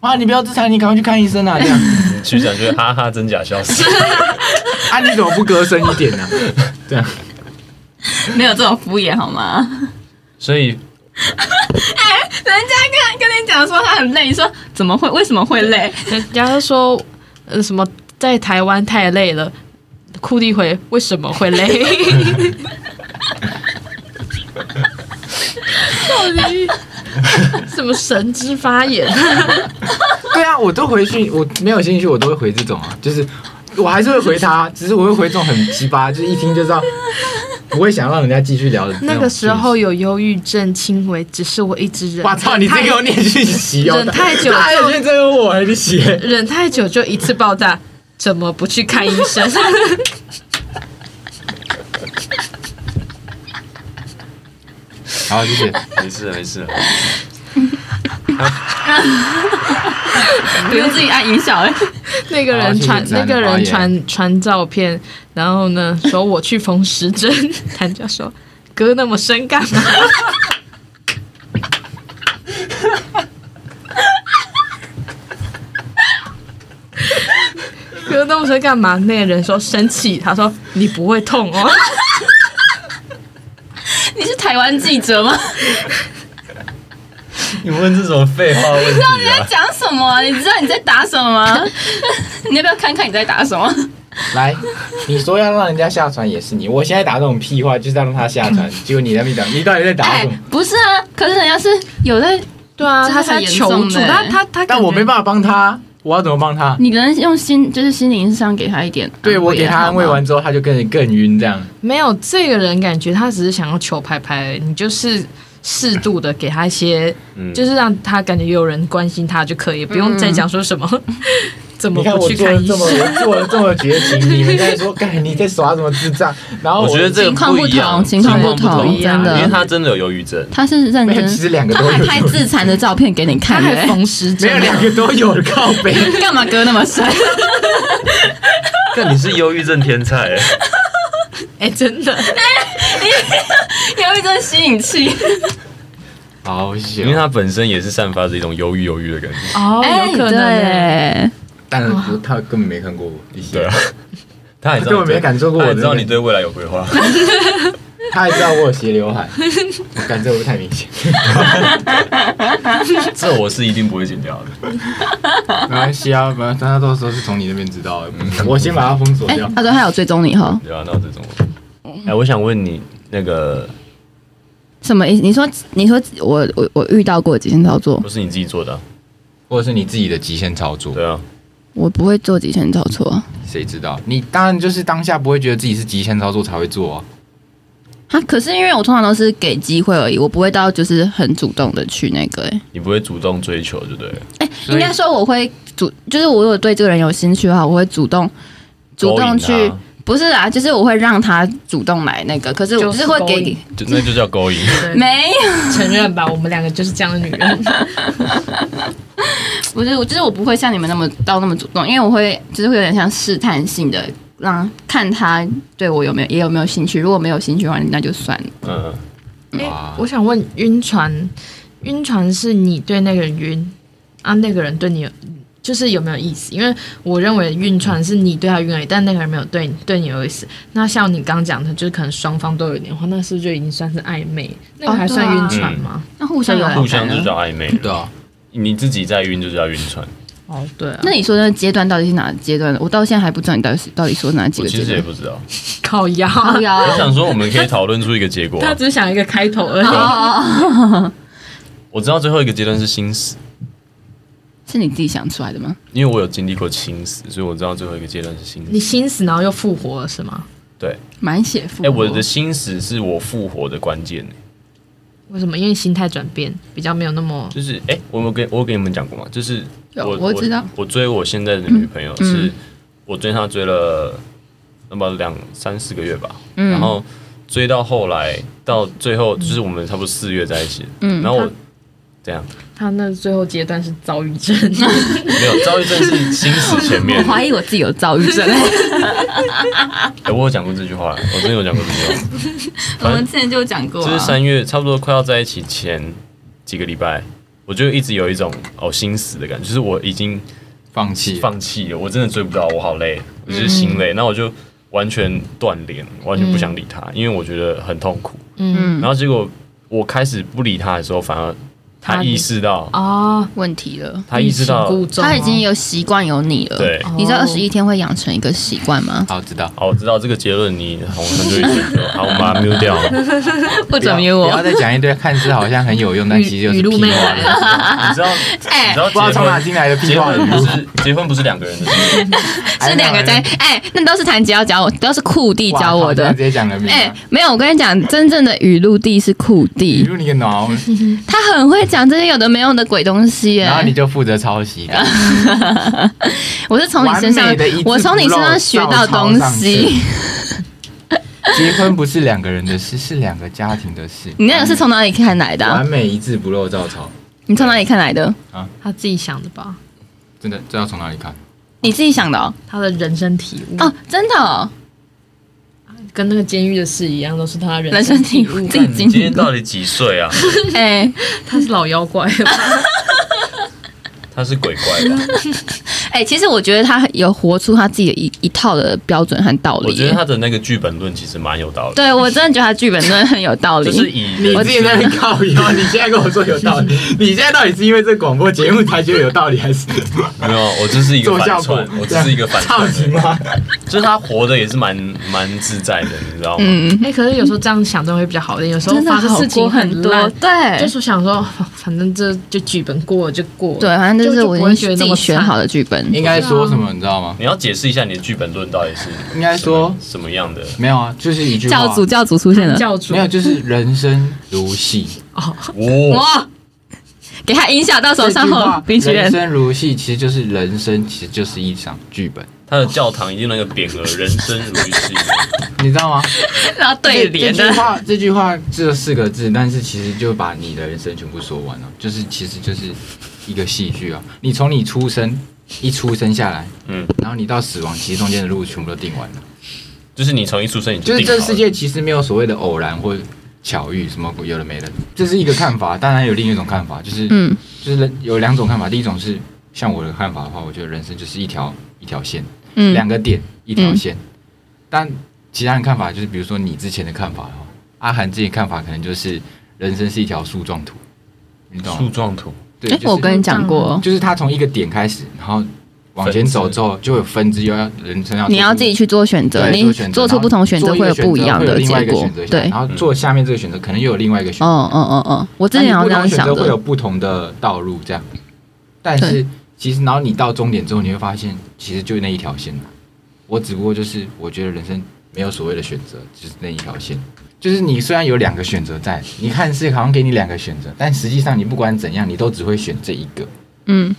[SPEAKER 2] 啊，你不要自残，你赶快去看医生啊！这样
[SPEAKER 4] 局长就是哈哈真假笑 死。
[SPEAKER 2] 啊，你怎么不割声一点呢、 这样。
[SPEAKER 1] 没有这种敷衍好吗？
[SPEAKER 4] 所以
[SPEAKER 1] 人家跟跟你讲说他很累，你说怎么会？为什么会累？
[SPEAKER 3] 人 家就说，呃，什么在台湾太累了，库蒂回为什么会 累？到底什么神之发言？
[SPEAKER 2] 对啊，我都回去，我没有兴趣，我都会回这种啊，就是我还是会回他，只是我会回这种很鸡巴，就是一听就知道不会想让人家继续聊的种
[SPEAKER 3] 那个时候，有忧郁症轻微，只是我一直忍。
[SPEAKER 2] 我操，你这给我念讯息哦，
[SPEAKER 3] 忍太久
[SPEAKER 2] 他有认真跟我还你写，
[SPEAKER 3] 忍太久就一次爆炸，怎么不去看医生？
[SPEAKER 6] 好，谢谢。
[SPEAKER 4] 没事没事，
[SPEAKER 1] 不用自己按音效、欸，
[SPEAKER 3] 那个
[SPEAKER 2] 好
[SPEAKER 3] 人
[SPEAKER 2] 啊谢谢
[SPEAKER 3] 传
[SPEAKER 2] 自
[SPEAKER 3] 那
[SPEAKER 2] 然的
[SPEAKER 3] 个
[SPEAKER 2] 发
[SPEAKER 3] 人
[SPEAKER 2] 言
[SPEAKER 3] 传传照片，然后呢说我去缝十 针，谭家说割那么深干嘛？ 割那么深干嘛？那个人说生气，他说你不会痛哦。
[SPEAKER 1] 你是台湾记者 吗？
[SPEAKER 4] 你问这种废话问题 啊？
[SPEAKER 1] 讲什么啊、你知道你在打什么 吗？你要不要看看你在打什么？
[SPEAKER 2] 来，你说要让人家下船也是你，我现在打这种屁话就是要让他下船，结果你在那边讲，你到底在打
[SPEAKER 1] 哎、
[SPEAKER 2] 什么？
[SPEAKER 1] 不是啊，可是人家是有在，
[SPEAKER 3] 对啊，
[SPEAKER 1] 这是
[SPEAKER 3] 他才欸
[SPEAKER 1] 很严
[SPEAKER 3] 求
[SPEAKER 1] 重
[SPEAKER 3] 助，
[SPEAKER 1] 的
[SPEAKER 3] 他他他，
[SPEAKER 2] 但我没办法帮他，我要怎么帮他？
[SPEAKER 1] 你能用心就是心灵上给他一点安慰，啊
[SPEAKER 2] 对我给他安慰完之后，他就跟人更晕这样。
[SPEAKER 3] 没有这个人感觉他只是想要求拍拍而已，你就是适度的给他一些，
[SPEAKER 4] 嗯
[SPEAKER 3] 就是让他感觉有人关心他就可以，不用再讲说什么、 怎么
[SPEAKER 2] 你看
[SPEAKER 3] 不
[SPEAKER 2] 我
[SPEAKER 3] 去
[SPEAKER 2] 做的
[SPEAKER 3] 看医
[SPEAKER 2] 这么，
[SPEAKER 3] 生。
[SPEAKER 2] 我做的这么绝情，你们在说，干你在耍什么智障？然后
[SPEAKER 4] 我觉得这个
[SPEAKER 1] 情况不
[SPEAKER 4] 一样，
[SPEAKER 1] 同，情况不同，
[SPEAKER 3] 一样
[SPEAKER 1] 真
[SPEAKER 4] 因为
[SPEAKER 1] 的。
[SPEAKER 4] 他真的有忧郁症。
[SPEAKER 1] 他是认
[SPEAKER 2] 没有，其
[SPEAKER 1] 真，
[SPEAKER 2] 实两个
[SPEAKER 1] 他
[SPEAKER 2] 都
[SPEAKER 1] 还
[SPEAKER 2] 有，
[SPEAKER 1] 拍自残的照片给你
[SPEAKER 3] 他
[SPEAKER 1] 看、
[SPEAKER 3] 还
[SPEAKER 1] 欸，
[SPEAKER 3] 缝十
[SPEAKER 2] 哎没
[SPEAKER 3] 针
[SPEAKER 2] 有
[SPEAKER 3] 啊，
[SPEAKER 2] 两个都有靠背。
[SPEAKER 1] 干嘛割那么深？
[SPEAKER 4] 但你是忧郁症天才、欸，
[SPEAKER 3] 哎，真的，
[SPEAKER 1] 有一阵吸引 器。
[SPEAKER 2] 好险
[SPEAKER 4] 因为他本身也是散发着一种忧郁忧郁的感觉。
[SPEAKER 3] 哦，有可能欸，
[SPEAKER 1] 哎对，
[SPEAKER 2] 但是不他根本没看过我，
[SPEAKER 4] 对啊，他还知道
[SPEAKER 2] 他根本没感受过我的那
[SPEAKER 4] 他还
[SPEAKER 2] 个
[SPEAKER 4] 知道你对未来有 规划。
[SPEAKER 2] 他还知道我有斜刘 海，我感觉不太明显。
[SPEAKER 4] 这我是一定不会剪掉的。
[SPEAKER 2] 没关系啊，反正他到时候是从你那边知道的。嗯我先把他封锁
[SPEAKER 1] 哎、他说他有追踪你哈，
[SPEAKER 4] 对啊，那这种，哎、我想问你，那个
[SPEAKER 1] 什么意思？你说你说我我我遇到过极限操作，
[SPEAKER 4] 不是你自己做的啊、
[SPEAKER 6] 或者是你自己的极限操作，
[SPEAKER 4] 对啊，
[SPEAKER 1] 我不会做极限操作。
[SPEAKER 6] 谁知道？你当然就是当下不会觉得自己是极限操作才会做啊。
[SPEAKER 1] 啊，可是因为我通常都是给机会而已，我不会到就是很主动的去那个、欸。
[SPEAKER 4] 你不会主动追求，对不对了？
[SPEAKER 1] 哎、
[SPEAKER 6] 所以
[SPEAKER 1] 应该说我会主，就是我如果对这个人有兴趣的话，我会主动主
[SPEAKER 4] 勾
[SPEAKER 1] 动
[SPEAKER 4] 引
[SPEAKER 1] 去
[SPEAKER 4] 他，
[SPEAKER 1] 不是啊，就是我会让他主动来那个，可是我就
[SPEAKER 3] 就
[SPEAKER 1] 是是会
[SPEAKER 3] 勾
[SPEAKER 1] 给
[SPEAKER 3] 引
[SPEAKER 1] 你
[SPEAKER 4] 就那就叫勾引。
[SPEAKER 1] 没有，
[SPEAKER 3] 承认吧，我们两个就是这样的女 人。
[SPEAKER 1] 不是我，就是我不会像你们那么到那么主动，因为我会就是会有点像试探性的让看他对我有没有也有没有兴趣，如果没有兴趣的话，那就算了。
[SPEAKER 4] 嗯，
[SPEAKER 3] 哎，
[SPEAKER 2] 啊
[SPEAKER 3] 我想问，晕船，晕船是你对那个人晕啊，那个人对你有，就是有没有意思？因为我认为晕船是你对他晕而已，但那个人没有对你对你有意思。那像你刚讲的，就是可能双方都有点话，那是不是就已经算是暧昧？那个还算晕船吗？
[SPEAKER 1] 那互相有好
[SPEAKER 4] 互相
[SPEAKER 1] 感
[SPEAKER 4] 就
[SPEAKER 1] 啊
[SPEAKER 4] 叫暧昧。
[SPEAKER 6] 对啊，
[SPEAKER 4] 你自己在晕就叫晕船。
[SPEAKER 3] 哦，对啊，
[SPEAKER 1] 那你说那阶段到底是哪个阶段？我到现在还不知道你到底是到底说哪几
[SPEAKER 4] 我
[SPEAKER 1] 个
[SPEAKER 4] 其
[SPEAKER 1] 阶
[SPEAKER 4] 实也
[SPEAKER 1] 段。哦啊
[SPEAKER 4] 不知道，
[SPEAKER 3] 靠腰，
[SPEAKER 1] 好呀，
[SPEAKER 4] 我想说我们可以讨论出一个结果啊、
[SPEAKER 3] 他只是想一个开头而已。
[SPEAKER 1] 哦，
[SPEAKER 4] 我知道最后一个阶段是心死，
[SPEAKER 1] 是你自己想出来的吗？
[SPEAKER 4] 因为我有经历过心死，所以我知道最后一个阶段是心
[SPEAKER 3] 你
[SPEAKER 4] 死。
[SPEAKER 3] 心死，然后又复活了是吗？
[SPEAKER 4] 对，
[SPEAKER 1] 满血复
[SPEAKER 4] 哎、
[SPEAKER 1] 活。
[SPEAKER 4] 我的心死是我复活的关键、
[SPEAKER 3] 为什么？因为心态转变，比较没有那么
[SPEAKER 4] 就是哎、我有跟我有跟你们讲过嘛，就是
[SPEAKER 1] 有
[SPEAKER 4] 我
[SPEAKER 1] 我知道
[SPEAKER 4] 我追我现在的女朋友是，我追他追了那么两三四个月吧，
[SPEAKER 1] 嗯
[SPEAKER 4] 然后追到后来到最后就是我们差不多四月在一起，
[SPEAKER 1] 嗯
[SPEAKER 4] 然后我
[SPEAKER 3] 他
[SPEAKER 4] 怎样
[SPEAKER 3] 他那最后阶段是躁郁症，
[SPEAKER 4] 没有躁郁症是心死前 面
[SPEAKER 1] 我，怀疑我自己有躁郁症。
[SPEAKER 4] 哎我有讲过这句话，我真的有讲过这句
[SPEAKER 1] 我
[SPEAKER 4] 话，
[SPEAKER 1] 们之前就讲过、
[SPEAKER 4] 就是
[SPEAKER 1] 啊，
[SPEAKER 4] 三月差不多快要在一起前几个礼拜，我就一直有一种哦心死的感觉，就是我已经
[SPEAKER 2] 放弃，
[SPEAKER 4] 放弃了，我真的追不到，我好累，我就是心累，那、我就完全断联，完全不想理他，因为我觉得很痛苦。
[SPEAKER 1] 嗯
[SPEAKER 4] 然，后结果我开始不理他的时候，反而他
[SPEAKER 3] 他
[SPEAKER 4] 意识到，
[SPEAKER 3] 哦，
[SPEAKER 1] 问题了。
[SPEAKER 4] 他意识到，
[SPEAKER 3] 欲擒故纵
[SPEAKER 1] 他已经有习惯有你了，
[SPEAKER 4] 对
[SPEAKER 1] 你知道
[SPEAKER 3] 哦
[SPEAKER 1] 二十一天会养成一个习惯吗？
[SPEAKER 2] 好知道，
[SPEAKER 4] 好，我知道这个结论你红很久以前就，好，我把它 mute 掉。
[SPEAKER 1] 不
[SPEAKER 2] 不要
[SPEAKER 1] 准约
[SPEAKER 2] 不要
[SPEAKER 1] 我，
[SPEAKER 2] 再讲一堆看似好像很有用，但其实就
[SPEAKER 3] 语
[SPEAKER 2] 是
[SPEAKER 3] 录妹
[SPEAKER 2] 屁话
[SPEAKER 3] 来
[SPEAKER 2] 的。
[SPEAKER 3] 了，
[SPEAKER 4] 你知道，
[SPEAKER 1] 哎
[SPEAKER 4] 你知道
[SPEAKER 5] 不知道
[SPEAKER 4] 结
[SPEAKER 5] 从哪
[SPEAKER 4] 婚，
[SPEAKER 5] 进来的屁
[SPEAKER 4] 结
[SPEAKER 5] 话
[SPEAKER 4] 婚不是结婚不是两个人的事，
[SPEAKER 1] 是两个在，哎，那都是谭吉要教我，都是酷弟教我
[SPEAKER 5] 哇好
[SPEAKER 1] 的
[SPEAKER 5] 直。接讲人名
[SPEAKER 1] 哎
[SPEAKER 5] 了。，
[SPEAKER 1] 没有，我跟你讲，真正的语录弟是酷
[SPEAKER 5] 比
[SPEAKER 1] 弟，
[SPEAKER 2] 嗯
[SPEAKER 5] 如你个 脑，
[SPEAKER 1] 他很会讲这些有的没有的鬼东西。
[SPEAKER 2] 然后你
[SPEAKER 1] 哎，
[SPEAKER 2] 就负责抄袭，
[SPEAKER 1] 我是从你身上
[SPEAKER 5] 完美的一字，不
[SPEAKER 1] 我
[SPEAKER 5] 漏
[SPEAKER 1] 从你身上学到东
[SPEAKER 5] 照抄
[SPEAKER 1] 西。
[SPEAKER 2] 结婚不是两个人的事，是两个家庭的事。
[SPEAKER 1] 你那个是从哪里看来的啊？
[SPEAKER 2] 完美一字不漏照抄，
[SPEAKER 1] 你从哪里看来的？
[SPEAKER 3] 他自己想的吧，
[SPEAKER 2] 真的，这要从哪里看？
[SPEAKER 1] 你自己想的哦？
[SPEAKER 3] 他的人生体悟，
[SPEAKER 1] 哦，真的哦，
[SPEAKER 3] 跟那个监狱的事一样，都是他的
[SPEAKER 1] 人生
[SPEAKER 3] 生
[SPEAKER 1] 体悟
[SPEAKER 3] 悟。
[SPEAKER 1] 自己
[SPEAKER 4] 你
[SPEAKER 1] 经
[SPEAKER 4] 今
[SPEAKER 1] 历
[SPEAKER 4] 天
[SPEAKER 1] 过。
[SPEAKER 4] 到底几岁啊？
[SPEAKER 1] 哎
[SPEAKER 3] 他是老妖怪，
[SPEAKER 4] 他是鬼怪吧？
[SPEAKER 5] 嗯
[SPEAKER 1] 哎，其实我觉得他有活出他自己的一一套的标准和道
[SPEAKER 4] 我
[SPEAKER 1] 理
[SPEAKER 4] 觉得
[SPEAKER 1] 耶。
[SPEAKER 4] 他的那个剧本论其实蛮有道理，
[SPEAKER 1] 对我真的觉得他剧本真的很有道理。
[SPEAKER 4] 就是以
[SPEAKER 5] 你
[SPEAKER 4] 人
[SPEAKER 5] 自己在那边靠腰，你现在跟我说有道理，你现在到底是因为这广播节目才觉得有道理，还是
[SPEAKER 4] 没有，我只是一个
[SPEAKER 5] 做效
[SPEAKER 4] 反
[SPEAKER 5] 果
[SPEAKER 4] 串，？我只是一个反
[SPEAKER 5] 超
[SPEAKER 4] 串而
[SPEAKER 5] 级
[SPEAKER 4] 已，
[SPEAKER 5] 吗？
[SPEAKER 4] 就是他活的也是蛮蛮自在的，你知道吗？
[SPEAKER 1] 嗯，
[SPEAKER 3] 哎、可是有时候这样想真的会比较好一点，有时候
[SPEAKER 1] 真的
[SPEAKER 3] 发生
[SPEAKER 1] 好
[SPEAKER 3] 事情
[SPEAKER 1] 过很多
[SPEAKER 3] 烂，
[SPEAKER 1] 对，
[SPEAKER 3] 就是想说，反正这就剧本过了就过了，
[SPEAKER 1] 对，反正
[SPEAKER 3] 就
[SPEAKER 1] 就是
[SPEAKER 3] 就
[SPEAKER 1] 我
[SPEAKER 3] 不会
[SPEAKER 1] 已
[SPEAKER 3] 觉
[SPEAKER 1] 经
[SPEAKER 3] 得
[SPEAKER 1] 自
[SPEAKER 3] 那
[SPEAKER 1] 己
[SPEAKER 3] 么
[SPEAKER 1] 选
[SPEAKER 3] 惨
[SPEAKER 1] 好的剧本。
[SPEAKER 2] 应该说什么，你知道吗？
[SPEAKER 4] 你要解释一下你的剧本论到底是
[SPEAKER 2] 应该说
[SPEAKER 4] 什么样的？
[SPEAKER 2] 没有啊，就是一句话，
[SPEAKER 1] 教主教主出现了，
[SPEAKER 3] 教主
[SPEAKER 2] 没有，就是人生如戏。
[SPEAKER 3] 哦，
[SPEAKER 4] 哇，
[SPEAKER 1] 哇，给他影响到手上后
[SPEAKER 2] 这
[SPEAKER 1] 冰
[SPEAKER 2] 句
[SPEAKER 1] 淇
[SPEAKER 2] 话人
[SPEAKER 1] 淋，
[SPEAKER 2] 生如戏，其实就是人生，其实就是一场剧本，
[SPEAKER 4] 他的教堂已经那个匾额“人生如戏
[SPEAKER 2] 你知道吗？
[SPEAKER 1] 然后对联
[SPEAKER 2] 这这
[SPEAKER 1] 的
[SPEAKER 2] 句，话，这句话只有四个字，但是其实就把你的人生全部说完了，就是其实就是一个戏剧啊。你从你出生一出生下来，”。
[SPEAKER 4] 嗯，
[SPEAKER 2] 然后你到死亡，其实中间的路全部都定完了。
[SPEAKER 4] 就是你从一出生你
[SPEAKER 2] 就
[SPEAKER 4] 就是定好
[SPEAKER 2] 这
[SPEAKER 4] 了
[SPEAKER 2] 世界其实没有所谓的偶然或巧遇，什么有的没的，这是一个看法。当然有另一种看法，就是
[SPEAKER 1] 嗯，
[SPEAKER 2] 就是人有两种看法。第一种是像我的看法的话，我觉得人生就是一条一条线，
[SPEAKER 1] 嗯
[SPEAKER 2] 两个点一条线。但其他人看法就是，比如说你之前的看法的话，阿涵之前的看法可能就是人生是一条树状图，你懂
[SPEAKER 4] 树
[SPEAKER 2] 吗？
[SPEAKER 4] 状图，
[SPEAKER 2] 对，
[SPEAKER 1] 哎
[SPEAKER 2] 就，是
[SPEAKER 1] 我跟你讲过，
[SPEAKER 2] 就是他从一个点开始，然后往前走之后，就有分支，又要人生要
[SPEAKER 1] 你要
[SPEAKER 2] 做出
[SPEAKER 1] 自己去做选择，
[SPEAKER 2] 嗯对
[SPEAKER 1] 你
[SPEAKER 2] 做选择
[SPEAKER 1] 做出不同选择会有不一样的结果，对
[SPEAKER 2] 然。后做下面这个选择可能又有另外一个选择，
[SPEAKER 1] 哦哦哦哦，我之前
[SPEAKER 2] 那
[SPEAKER 1] 好像
[SPEAKER 2] 你不
[SPEAKER 1] 这样
[SPEAKER 2] 同选
[SPEAKER 1] 想
[SPEAKER 2] 择会
[SPEAKER 1] 的，
[SPEAKER 2] 有不同的道路这样。但是
[SPEAKER 1] 对
[SPEAKER 2] 其实，然后你到终点之后，你会发现其实就那一条线了。我只不过就是我觉得人生没有所谓的选择，就是那一条线。就是你虽然有两个选择在，你看似好像给你两个选择，但实际上你不管怎样，你都只会选这一个，
[SPEAKER 1] 嗯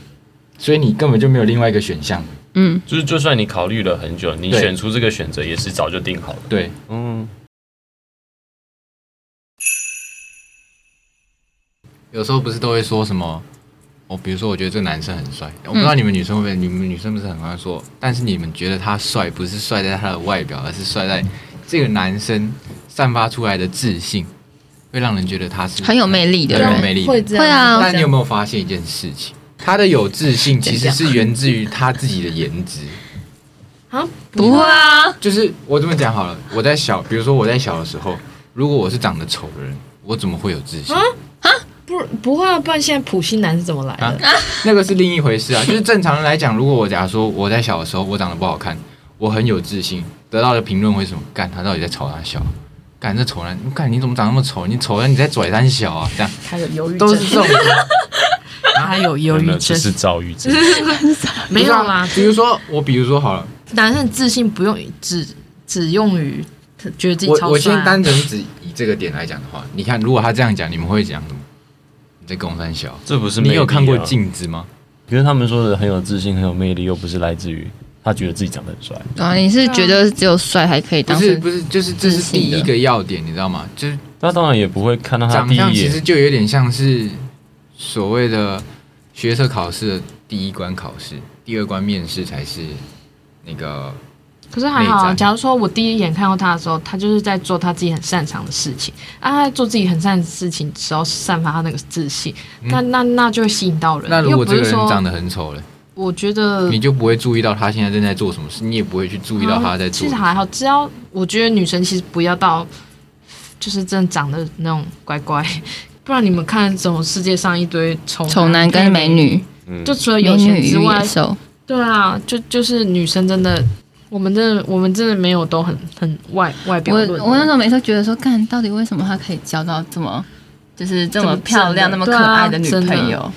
[SPEAKER 2] 所以你根本就没有另外一个选项。
[SPEAKER 1] 嗯，
[SPEAKER 4] 就是就算你考虑了很久，你
[SPEAKER 2] 对
[SPEAKER 4] 选出这个选择也是早就定好了。
[SPEAKER 2] 对，
[SPEAKER 4] 嗯，
[SPEAKER 2] 有时候不是都会说什么？我、比如说，我觉得这个男生很帅，我不知道
[SPEAKER 1] 嗯
[SPEAKER 2] 你们女生会不会，你们女生不是很爱说，但是你们觉得他帅，不是帅在他的外表，而是帅在这个男生散发出来的自信，会让人觉得他是
[SPEAKER 1] 很有魅力的
[SPEAKER 2] 很有
[SPEAKER 1] 人，
[SPEAKER 2] 魅力的
[SPEAKER 3] 会
[SPEAKER 2] 人。
[SPEAKER 3] 这样，
[SPEAKER 1] 会啊
[SPEAKER 2] 但你有没有发现一件事情？他的有自信其实是源自于他自己的颜值。
[SPEAKER 3] 啊，
[SPEAKER 1] 不会啊，
[SPEAKER 2] 就是我这么讲好了，我在小，比如说我在小的时候，如果我是长得丑的人，我怎么会有自信？
[SPEAKER 1] 嗯
[SPEAKER 3] 不不会啊，不然现在普信男是怎么来
[SPEAKER 2] 啊
[SPEAKER 3] 的？，
[SPEAKER 2] 那个是另一回事啊。就是正常人来讲，如果我假如说我在小的时候我长得不好看，我很有自信，得到的评论会是什么？干他到底在丑他小？干这丑男，干你怎么长那么丑？你丑人你在拽三小啊？这样
[SPEAKER 3] 他有忧郁症
[SPEAKER 2] 都，是这 种。
[SPEAKER 3] 他有忧
[SPEAKER 4] 有
[SPEAKER 3] 郁
[SPEAKER 4] 没有这
[SPEAKER 3] 症，
[SPEAKER 4] 是躁郁 症？
[SPEAKER 3] 没有啦
[SPEAKER 2] 不是啊，比如说我，比如说好了，
[SPEAKER 3] 男生自信不用只只用于他觉得自己
[SPEAKER 2] 我
[SPEAKER 3] 超
[SPEAKER 2] 我
[SPEAKER 3] 帅
[SPEAKER 2] 先
[SPEAKER 3] 啊、
[SPEAKER 2] 单纯只以这个点来讲的话，你看如果他这样讲，你们会讲什么？你在攻三小？
[SPEAKER 4] 这不是魅
[SPEAKER 2] 你
[SPEAKER 4] 力啊
[SPEAKER 2] 有看过？镜子吗？
[SPEAKER 4] 可是他们说的很有自信、很有魅力，又不是来自于他觉得自己长得很帅。
[SPEAKER 1] 啊，你是觉得只有帅还可以
[SPEAKER 2] 不
[SPEAKER 1] 当
[SPEAKER 2] 是
[SPEAKER 1] 成
[SPEAKER 2] 不是，就是这
[SPEAKER 1] 自
[SPEAKER 2] 是第
[SPEAKER 1] 信的
[SPEAKER 2] 一个要点，你知道吗？就是
[SPEAKER 4] 那当然也不会看到他
[SPEAKER 2] 长
[SPEAKER 4] 第
[SPEAKER 2] 相
[SPEAKER 4] 一
[SPEAKER 2] 其
[SPEAKER 4] 眼
[SPEAKER 2] 实，就有点像是所谓的学测考试的第一关考试，第二关面试才是那个
[SPEAKER 3] 可是还好
[SPEAKER 2] 内
[SPEAKER 3] 啊，
[SPEAKER 2] 在
[SPEAKER 3] 假如说我第一眼看到他的时候，他就是在做他自己很擅长的事情啊，他在做自己很擅长的事情只要散发他那个自信，那那那就会吸引到人。
[SPEAKER 2] 嗯那如
[SPEAKER 3] 又
[SPEAKER 2] 果
[SPEAKER 3] 不
[SPEAKER 2] 这个
[SPEAKER 3] 是
[SPEAKER 2] 人
[SPEAKER 3] 说，
[SPEAKER 2] 长得很丑嘞，
[SPEAKER 3] 我觉得
[SPEAKER 2] 你就不会注意到他现在正在做什么事，你也不会去注意到他在做
[SPEAKER 3] 啊嗯其实
[SPEAKER 2] 什么
[SPEAKER 3] 还好，只要我觉得女生其实不要到，就是真的长得那种乖乖， 不然你们看什么世界上一堆丑
[SPEAKER 1] 丑男跟美，女、
[SPEAKER 4] 嗯
[SPEAKER 3] 就除了有
[SPEAKER 1] 美
[SPEAKER 3] 钱
[SPEAKER 1] 女
[SPEAKER 3] 之
[SPEAKER 1] 与
[SPEAKER 3] 外
[SPEAKER 1] 野，兽？
[SPEAKER 3] 对啊，就就是女生真的，我们真的我们真的没有都很很外外表
[SPEAKER 1] 我
[SPEAKER 3] 论
[SPEAKER 1] 我那时候每次都觉得说，干到底为什么他可以交到这么就是这么
[SPEAKER 3] 这么
[SPEAKER 1] 漂亮、那
[SPEAKER 3] 正
[SPEAKER 1] 么
[SPEAKER 3] 的
[SPEAKER 1] 可爱的女
[SPEAKER 3] 对啊
[SPEAKER 1] 朋友？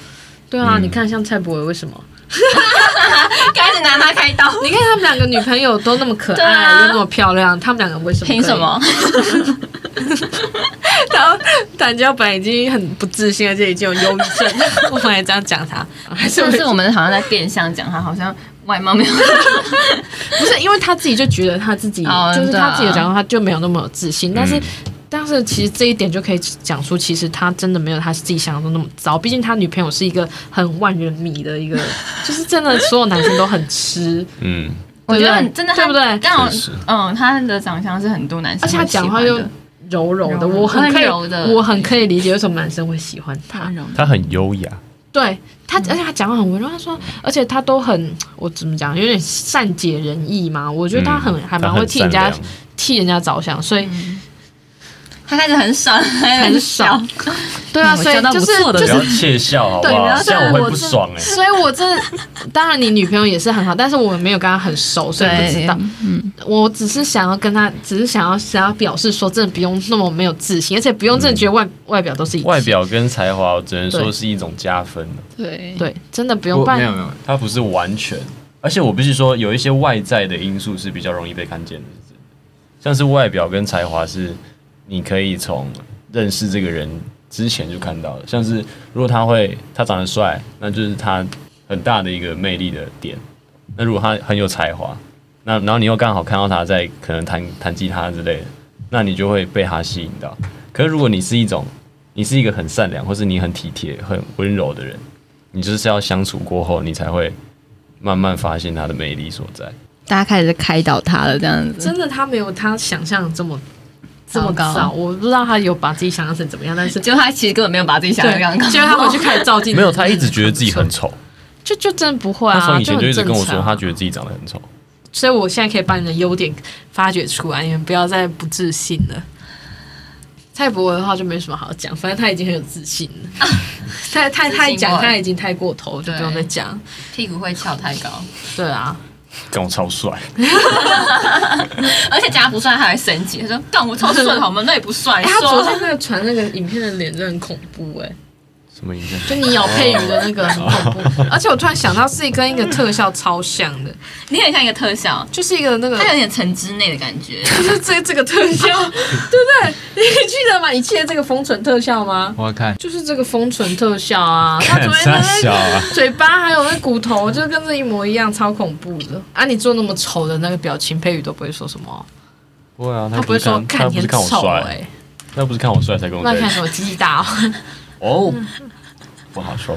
[SPEAKER 3] 对啊，
[SPEAKER 2] 嗯
[SPEAKER 3] 你看像蔡博伟为什么？
[SPEAKER 1] 开始拿他开刀，
[SPEAKER 3] 你看他们两个女朋友都那么 可
[SPEAKER 1] 对
[SPEAKER 3] 爱，
[SPEAKER 1] 啊
[SPEAKER 3] 又那么漂亮，他们两个为什么？
[SPEAKER 1] 凭什？ 么？
[SPEAKER 3] 然后谭娇本来已经很不自信，而且已经有忧郁症， 我们还这样讲他，还是
[SPEAKER 1] 这
[SPEAKER 3] 会
[SPEAKER 1] 是我们好像在变相讲他，好像外貌 没有。
[SPEAKER 3] 不是因为他自己就觉得他自己、
[SPEAKER 1] 哦
[SPEAKER 3] 就是
[SPEAKER 1] 对啊嗯
[SPEAKER 3] 他自己讲话，他就没有那么有自信，但是。但是其实这一点就可以讲出，其实他真的没有他自己想象中那么糟。毕竟他女朋友是一个很万人迷的 一个，就是真的所有男生都很吃，
[SPEAKER 4] 嗯，
[SPEAKER 1] 我觉得很
[SPEAKER 3] 对
[SPEAKER 1] 真
[SPEAKER 3] 不
[SPEAKER 1] 的他，
[SPEAKER 3] 对对不对
[SPEAKER 1] 但我
[SPEAKER 4] 确实
[SPEAKER 1] 嗯，他的长相是很多男生
[SPEAKER 3] 而且他
[SPEAKER 1] 会喜欢
[SPEAKER 3] 讲
[SPEAKER 1] 的，
[SPEAKER 3] 话又柔柔的，
[SPEAKER 1] 柔
[SPEAKER 3] 我很可
[SPEAKER 1] 温
[SPEAKER 3] 以
[SPEAKER 1] 柔的嗯
[SPEAKER 3] 我很可以理解为什么男生会喜欢他。
[SPEAKER 1] 温柔的
[SPEAKER 4] 他很优雅，
[SPEAKER 3] 对他，而且他讲话很温柔，他说，而且他都很，我怎么讲，有点善解人意嘛。我觉得他很、
[SPEAKER 4] 嗯
[SPEAKER 3] 还蛮会替人
[SPEAKER 4] 他
[SPEAKER 3] 家
[SPEAKER 4] 很善
[SPEAKER 3] 替人家着想，所以、
[SPEAKER 1] 嗯他开始很爽，很
[SPEAKER 3] 很爽。对啊，
[SPEAKER 1] 嗯我
[SPEAKER 3] 所以
[SPEAKER 1] 交到
[SPEAKER 3] 就
[SPEAKER 1] 不
[SPEAKER 3] 是
[SPEAKER 1] 错的
[SPEAKER 3] 就
[SPEAKER 4] 良
[SPEAKER 3] 是
[SPEAKER 4] 不要窃笑好不
[SPEAKER 3] 对不要
[SPEAKER 4] 好？这样我
[SPEAKER 3] 对我
[SPEAKER 4] 会不爽哎。
[SPEAKER 3] 所以我这当然你女朋友也是很好，但是我们没有跟她很熟，所以不知
[SPEAKER 1] 对
[SPEAKER 3] 道。，我只是想要跟她，只是想要想要表示说，真的不用那么没有自信，而且不用真的觉得外、外表都是一切
[SPEAKER 4] 外表跟才华，我只能说是一种加分啊了
[SPEAKER 1] 对
[SPEAKER 3] 对，真的不用
[SPEAKER 2] 我
[SPEAKER 3] 办
[SPEAKER 2] 没有没有，
[SPEAKER 4] 它不是完全。而且我必须说，有一些外在的因素是比较容易被看见的，是真的像是外表跟才华是你可以从认识这个人之前就看到的。像是如果他会他长得帅，那就是他很大的一个魅力的点。那如果他很有才华，那然后你又刚好看到他在可能弹弹吉他之类的，那你就会被他吸引到。可是如果你是一种你是一个很善良，或是你很体贴、很温柔的人，你就是要相处过后，你才会慢慢发现他的魅力所在。
[SPEAKER 1] 大家开始开导他了，这样子。
[SPEAKER 3] 真的他没有他想象的这么这么
[SPEAKER 1] 糟糕
[SPEAKER 3] 糟，我不知道他有把自己想象成怎么样，但是
[SPEAKER 1] 就他其实根本没有把自己想的刚刚，
[SPEAKER 3] 结果他回去开始照镜子，
[SPEAKER 4] 没有，他一直觉得自己很丑。
[SPEAKER 3] 就就真的不会
[SPEAKER 4] 他
[SPEAKER 3] 啊，
[SPEAKER 4] 从以前就一直跟我
[SPEAKER 3] 就很
[SPEAKER 4] 说，
[SPEAKER 3] 正常
[SPEAKER 4] 他觉得自己长得很丑。
[SPEAKER 3] 所以我现在可以把你的优点发掘出来，你们不要再不自信了。蔡博文的话就没什么好讲，反正他已经很有自信了。 他他他一讲
[SPEAKER 1] 自信过了
[SPEAKER 3] 他已经太过头，就不用再讲。
[SPEAKER 1] 屁股会翘太高，
[SPEAKER 3] 对啊，
[SPEAKER 4] 干我超帅，
[SPEAKER 1] 而且讲他不帅，他还生气，他说：“干我超帅好吗？那也不帅。
[SPEAKER 3] 哎、他昨
[SPEAKER 1] 说
[SPEAKER 3] 天那个传那个影片的脸真的很恐怖哎、
[SPEAKER 4] 什么影响？
[SPEAKER 3] 就 你咬佩瑜的那个很恐怖。而且我突然想到是跟一个特效超像的，
[SPEAKER 1] 你很像一个特 效，
[SPEAKER 3] 就是一个那个
[SPEAKER 1] 他有点城之内的感觉。
[SPEAKER 3] 就是这这个特效，对不对？你记得吗？你记得这个封唇特效吗？
[SPEAKER 2] 我要看
[SPEAKER 3] 就是这个封唇特效啊，他
[SPEAKER 4] 看
[SPEAKER 3] 昨天
[SPEAKER 4] 傻
[SPEAKER 3] 在那
[SPEAKER 4] 小 啊！
[SPEAKER 3] 嘴巴还有那骨头，就跟这一模一样，超恐怖的。啊，你做那么丑的那个表情，佩宇都不会说什么，哦
[SPEAKER 4] 不会啊，
[SPEAKER 3] 他不
[SPEAKER 4] 不
[SPEAKER 3] 会
[SPEAKER 4] 是
[SPEAKER 3] 说
[SPEAKER 4] 看他
[SPEAKER 3] 看你
[SPEAKER 4] 不是
[SPEAKER 3] 很
[SPEAKER 4] 看我
[SPEAKER 3] 丑
[SPEAKER 4] 帅，
[SPEAKER 3] 哎、
[SPEAKER 4] 他不是看我帅才跟我
[SPEAKER 3] 那
[SPEAKER 4] 在一
[SPEAKER 3] 看什
[SPEAKER 4] 起。
[SPEAKER 3] 么鸡大、哦？
[SPEAKER 4] 哦，
[SPEAKER 3] 嗯
[SPEAKER 4] 我好丑。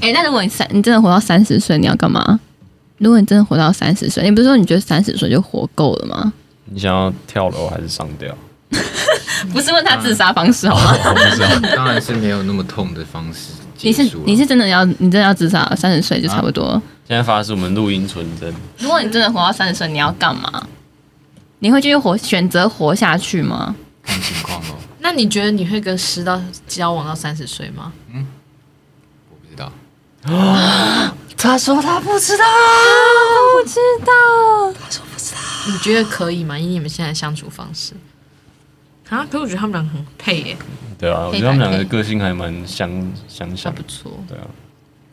[SPEAKER 1] 哎、那如果你三，你真的活到三十岁，你要干嘛？如果你真的活到三十岁，你不是说你觉得三十岁就活够了吗？
[SPEAKER 4] 你想要跳楼还是上吊？
[SPEAKER 1] 不是问他自杀方式好
[SPEAKER 2] 啊
[SPEAKER 1] 吗？
[SPEAKER 4] 我不知道。
[SPEAKER 2] 当然是没有那么痛的方式
[SPEAKER 1] 你
[SPEAKER 2] 结
[SPEAKER 1] 是
[SPEAKER 2] 束了
[SPEAKER 1] 你是真的要你真的要自杀，三十岁就差不多了。
[SPEAKER 4] 现在发的是我们录音纯真，
[SPEAKER 1] 如果你真的活到三十岁，你要干嘛？你会继续活选择活下去吗？
[SPEAKER 2] 看情况咯，
[SPEAKER 3] 那你觉得你会跟石到交往到三十岁吗？
[SPEAKER 2] 我不知道。啊
[SPEAKER 1] 啊不知道，
[SPEAKER 3] 你觉得可以吗？以你们现在相处方式啊？可我觉得他们两个很配欸耶、
[SPEAKER 4] 对啊，我觉得他们两个个性还蛮相相
[SPEAKER 3] 还
[SPEAKER 4] 像
[SPEAKER 3] 不
[SPEAKER 4] 的，
[SPEAKER 3] 错
[SPEAKER 4] 对啊。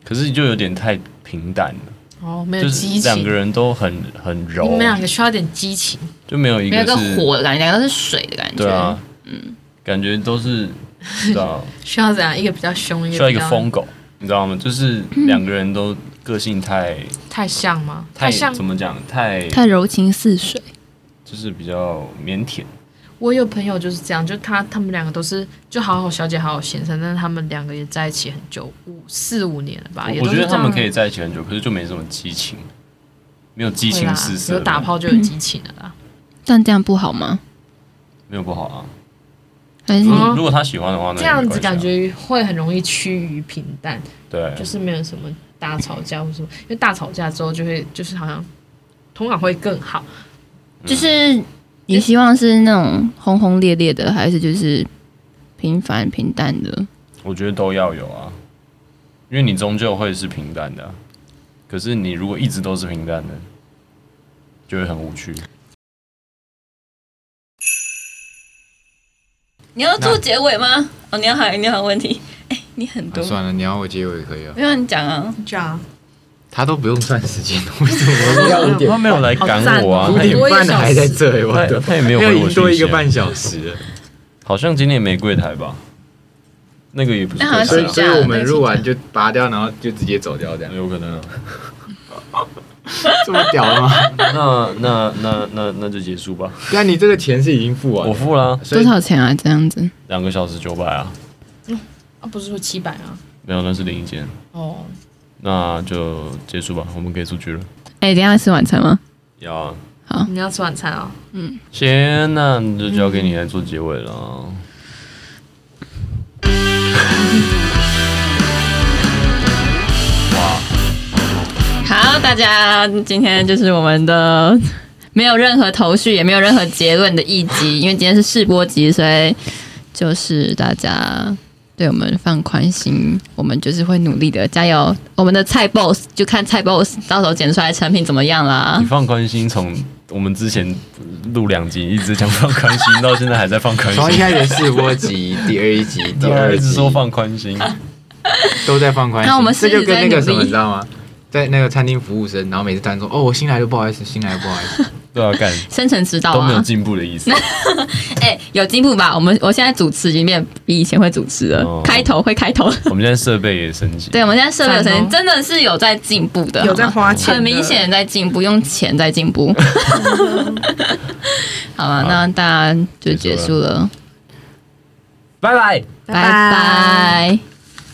[SPEAKER 4] 可是就有点太平淡了，
[SPEAKER 3] 哦，没有
[SPEAKER 4] 就
[SPEAKER 3] 激
[SPEAKER 4] 是两个
[SPEAKER 3] 情。
[SPEAKER 4] 人都很很
[SPEAKER 3] 你
[SPEAKER 4] 柔
[SPEAKER 3] 们，两个需要点激情，
[SPEAKER 4] 就没有一
[SPEAKER 1] 没有一个
[SPEAKER 4] 是，
[SPEAKER 1] 火的感觉，两个都是水的感觉。
[SPEAKER 4] 对啊，感觉都 是，你知道，
[SPEAKER 3] 需要怎样？一个比较凶，一个
[SPEAKER 4] 需要一
[SPEAKER 3] 比
[SPEAKER 4] 个
[SPEAKER 3] 较
[SPEAKER 4] 疯狗，你知道吗？就是两个人都个性太
[SPEAKER 3] 太像吗？
[SPEAKER 4] 太
[SPEAKER 3] 像
[SPEAKER 4] 怎么讲？太
[SPEAKER 1] 太柔情似水，
[SPEAKER 4] 就是比较腼腆。
[SPEAKER 3] 我有朋友就是这样，就他他们两个都是就好好小姐好好先生，但是他们两个也在一起很久，五四五年了啊吧？也
[SPEAKER 4] 我
[SPEAKER 3] 都
[SPEAKER 4] 我
[SPEAKER 3] 是
[SPEAKER 4] 觉得
[SPEAKER 3] 这
[SPEAKER 4] 他
[SPEAKER 3] 样
[SPEAKER 4] 们可以在一起很久，可是就没什么激情，没有激情四
[SPEAKER 3] 会
[SPEAKER 4] 射，
[SPEAKER 3] 啦有打炮就有激情了啦。
[SPEAKER 4] 嗯
[SPEAKER 1] 但这样不好吗？
[SPEAKER 4] 没有不好啊。
[SPEAKER 1] 还是你
[SPEAKER 4] 如
[SPEAKER 3] 嗯
[SPEAKER 4] 如果他喜欢的话，那
[SPEAKER 3] 这
[SPEAKER 4] 也没
[SPEAKER 3] 样子
[SPEAKER 4] 关系啊
[SPEAKER 3] 感觉会很容易趋于平淡，
[SPEAKER 4] 对，
[SPEAKER 3] 就是没有什么大吵架或什么，因为大吵架之后就会就是好像通常会更好。
[SPEAKER 1] 就是
[SPEAKER 2] 嗯
[SPEAKER 1] 你希望是那种轰轰烈烈的，还是就是平凡平淡的？
[SPEAKER 4] 我觉得都要有啊，因为你终究会是平淡的啊、可是你如果一直都是平淡的，就会很无趣。
[SPEAKER 1] 你要做结尾吗？哦，你要喊，你要喊问题。哎、你很
[SPEAKER 2] 啊算了，你要我结尾可以啊，
[SPEAKER 1] 没有你讲啊，
[SPEAKER 3] 这样
[SPEAKER 2] 他都不用算时间，为什么我要五点
[SPEAKER 4] 他没有来赶我啊
[SPEAKER 3] 好，
[SPEAKER 2] 五
[SPEAKER 3] 赞哦
[SPEAKER 2] 点半还在这里？我
[SPEAKER 4] 他
[SPEAKER 2] 的
[SPEAKER 4] 他也没有
[SPEAKER 2] 要
[SPEAKER 4] 回我
[SPEAKER 2] 赢多一个
[SPEAKER 4] 讯息啊
[SPEAKER 2] 半小时了，
[SPEAKER 4] 好像今年没柜台吧？那个也不是
[SPEAKER 1] 那好像
[SPEAKER 2] 所
[SPEAKER 4] 柜
[SPEAKER 2] 以
[SPEAKER 1] 是
[SPEAKER 4] 台啊
[SPEAKER 2] 所
[SPEAKER 1] 这
[SPEAKER 2] 以
[SPEAKER 1] 样
[SPEAKER 2] 我们录完就拔掉，然后就直接走掉，这样
[SPEAKER 4] 啊，有可能啊。
[SPEAKER 2] 这么屌 了吗？
[SPEAKER 4] 那那那那那就结束吧。
[SPEAKER 2] 但你这个钱是已经付完了，
[SPEAKER 4] 我付了啊
[SPEAKER 2] 所
[SPEAKER 1] 多
[SPEAKER 2] 以
[SPEAKER 1] 少钱啊？这样子，
[SPEAKER 4] 两个小时九百啊，
[SPEAKER 3] 啊，不是说七百吗？
[SPEAKER 4] 没有那是零一间，
[SPEAKER 3] 哦，
[SPEAKER 4] 那就结束吧，我们可以出去了。
[SPEAKER 1] 哎、等一下吃晚餐吗？
[SPEAKER 4] 要啊，
[SPEAKER 3] 你要吃晚餐哦。
[SPEAKER 4] 行，那你就交给你来做结尾了啊。
[SPEAKER 1] 好，大家今天就是我们的没有任何头绪，也没有任何结论的一集，因为今天是试播集，所以就是大家对我们放宽心，我们就是会努力的，加油！我们的菜 boss 就看菜 boss 到时候剪出来的成品怎么样啦
[SPEAKER 4] 你。放宽心，从我们之前录两集一直讲放宽心，到现在还在放宽
[SPEAKER 2] 从一
[SPEAKER 4] 心，
[SPEAKER 2] 开始试播集、第二集、第
[SPEAKER 4] 对啊，
[SPEAKER 2] 二
[SPEAKER 4] 一 直
[SPEAKER 2] 集
[SPEAKER 4] 说放宽心，
[SPEAKER 2] 都在放宽心，
[SPEAKER 1] 那我们
[SPEAKER 2] 这
[SPEAKER 1] 是
[SPEAKER 2] 就跟那个什
[SPEAKER 1] 在努
[SPEAKER 2] 么，
[SPEAKER 1] 力
[SPEAKER 2] 你知道吗？在那个餐厅服务生，然后每次突然说：“哦，我新来的，不好意思，新来的，不好意思。
[SPEAKER 4] 对啊，干
[SPEAKER 1] 深层指导
[SPEAKER 4] 都没有
[SPEAKER 1] 啊，
[SPEAKER 4] 进步的意思。
[SPEAKER 1] 哎、有进步吧？我们我现在主持已经变比以前会主持了，
[SPEAKER 4] 哦
[SPEAKER 1] 开头会开头。
[SPEAKER 4] 我们现在设备也升级，
[SPEAKER 1] 对，我们现在设备有声
[SPEAKER 3] 赞哦
[SPEAKER 1] 音，真的是有在进步的，
[SPEAKER 3] 有在
[SPEAKER 1] 好吗
[SPEAKER 3] 花钱的
[SPEAKER 1] 很明显在进步，用钱在进步。好了，那大家就结束了，
[SPEAKER 4] 拜拜。
[SPEAKER 1] 拜拜。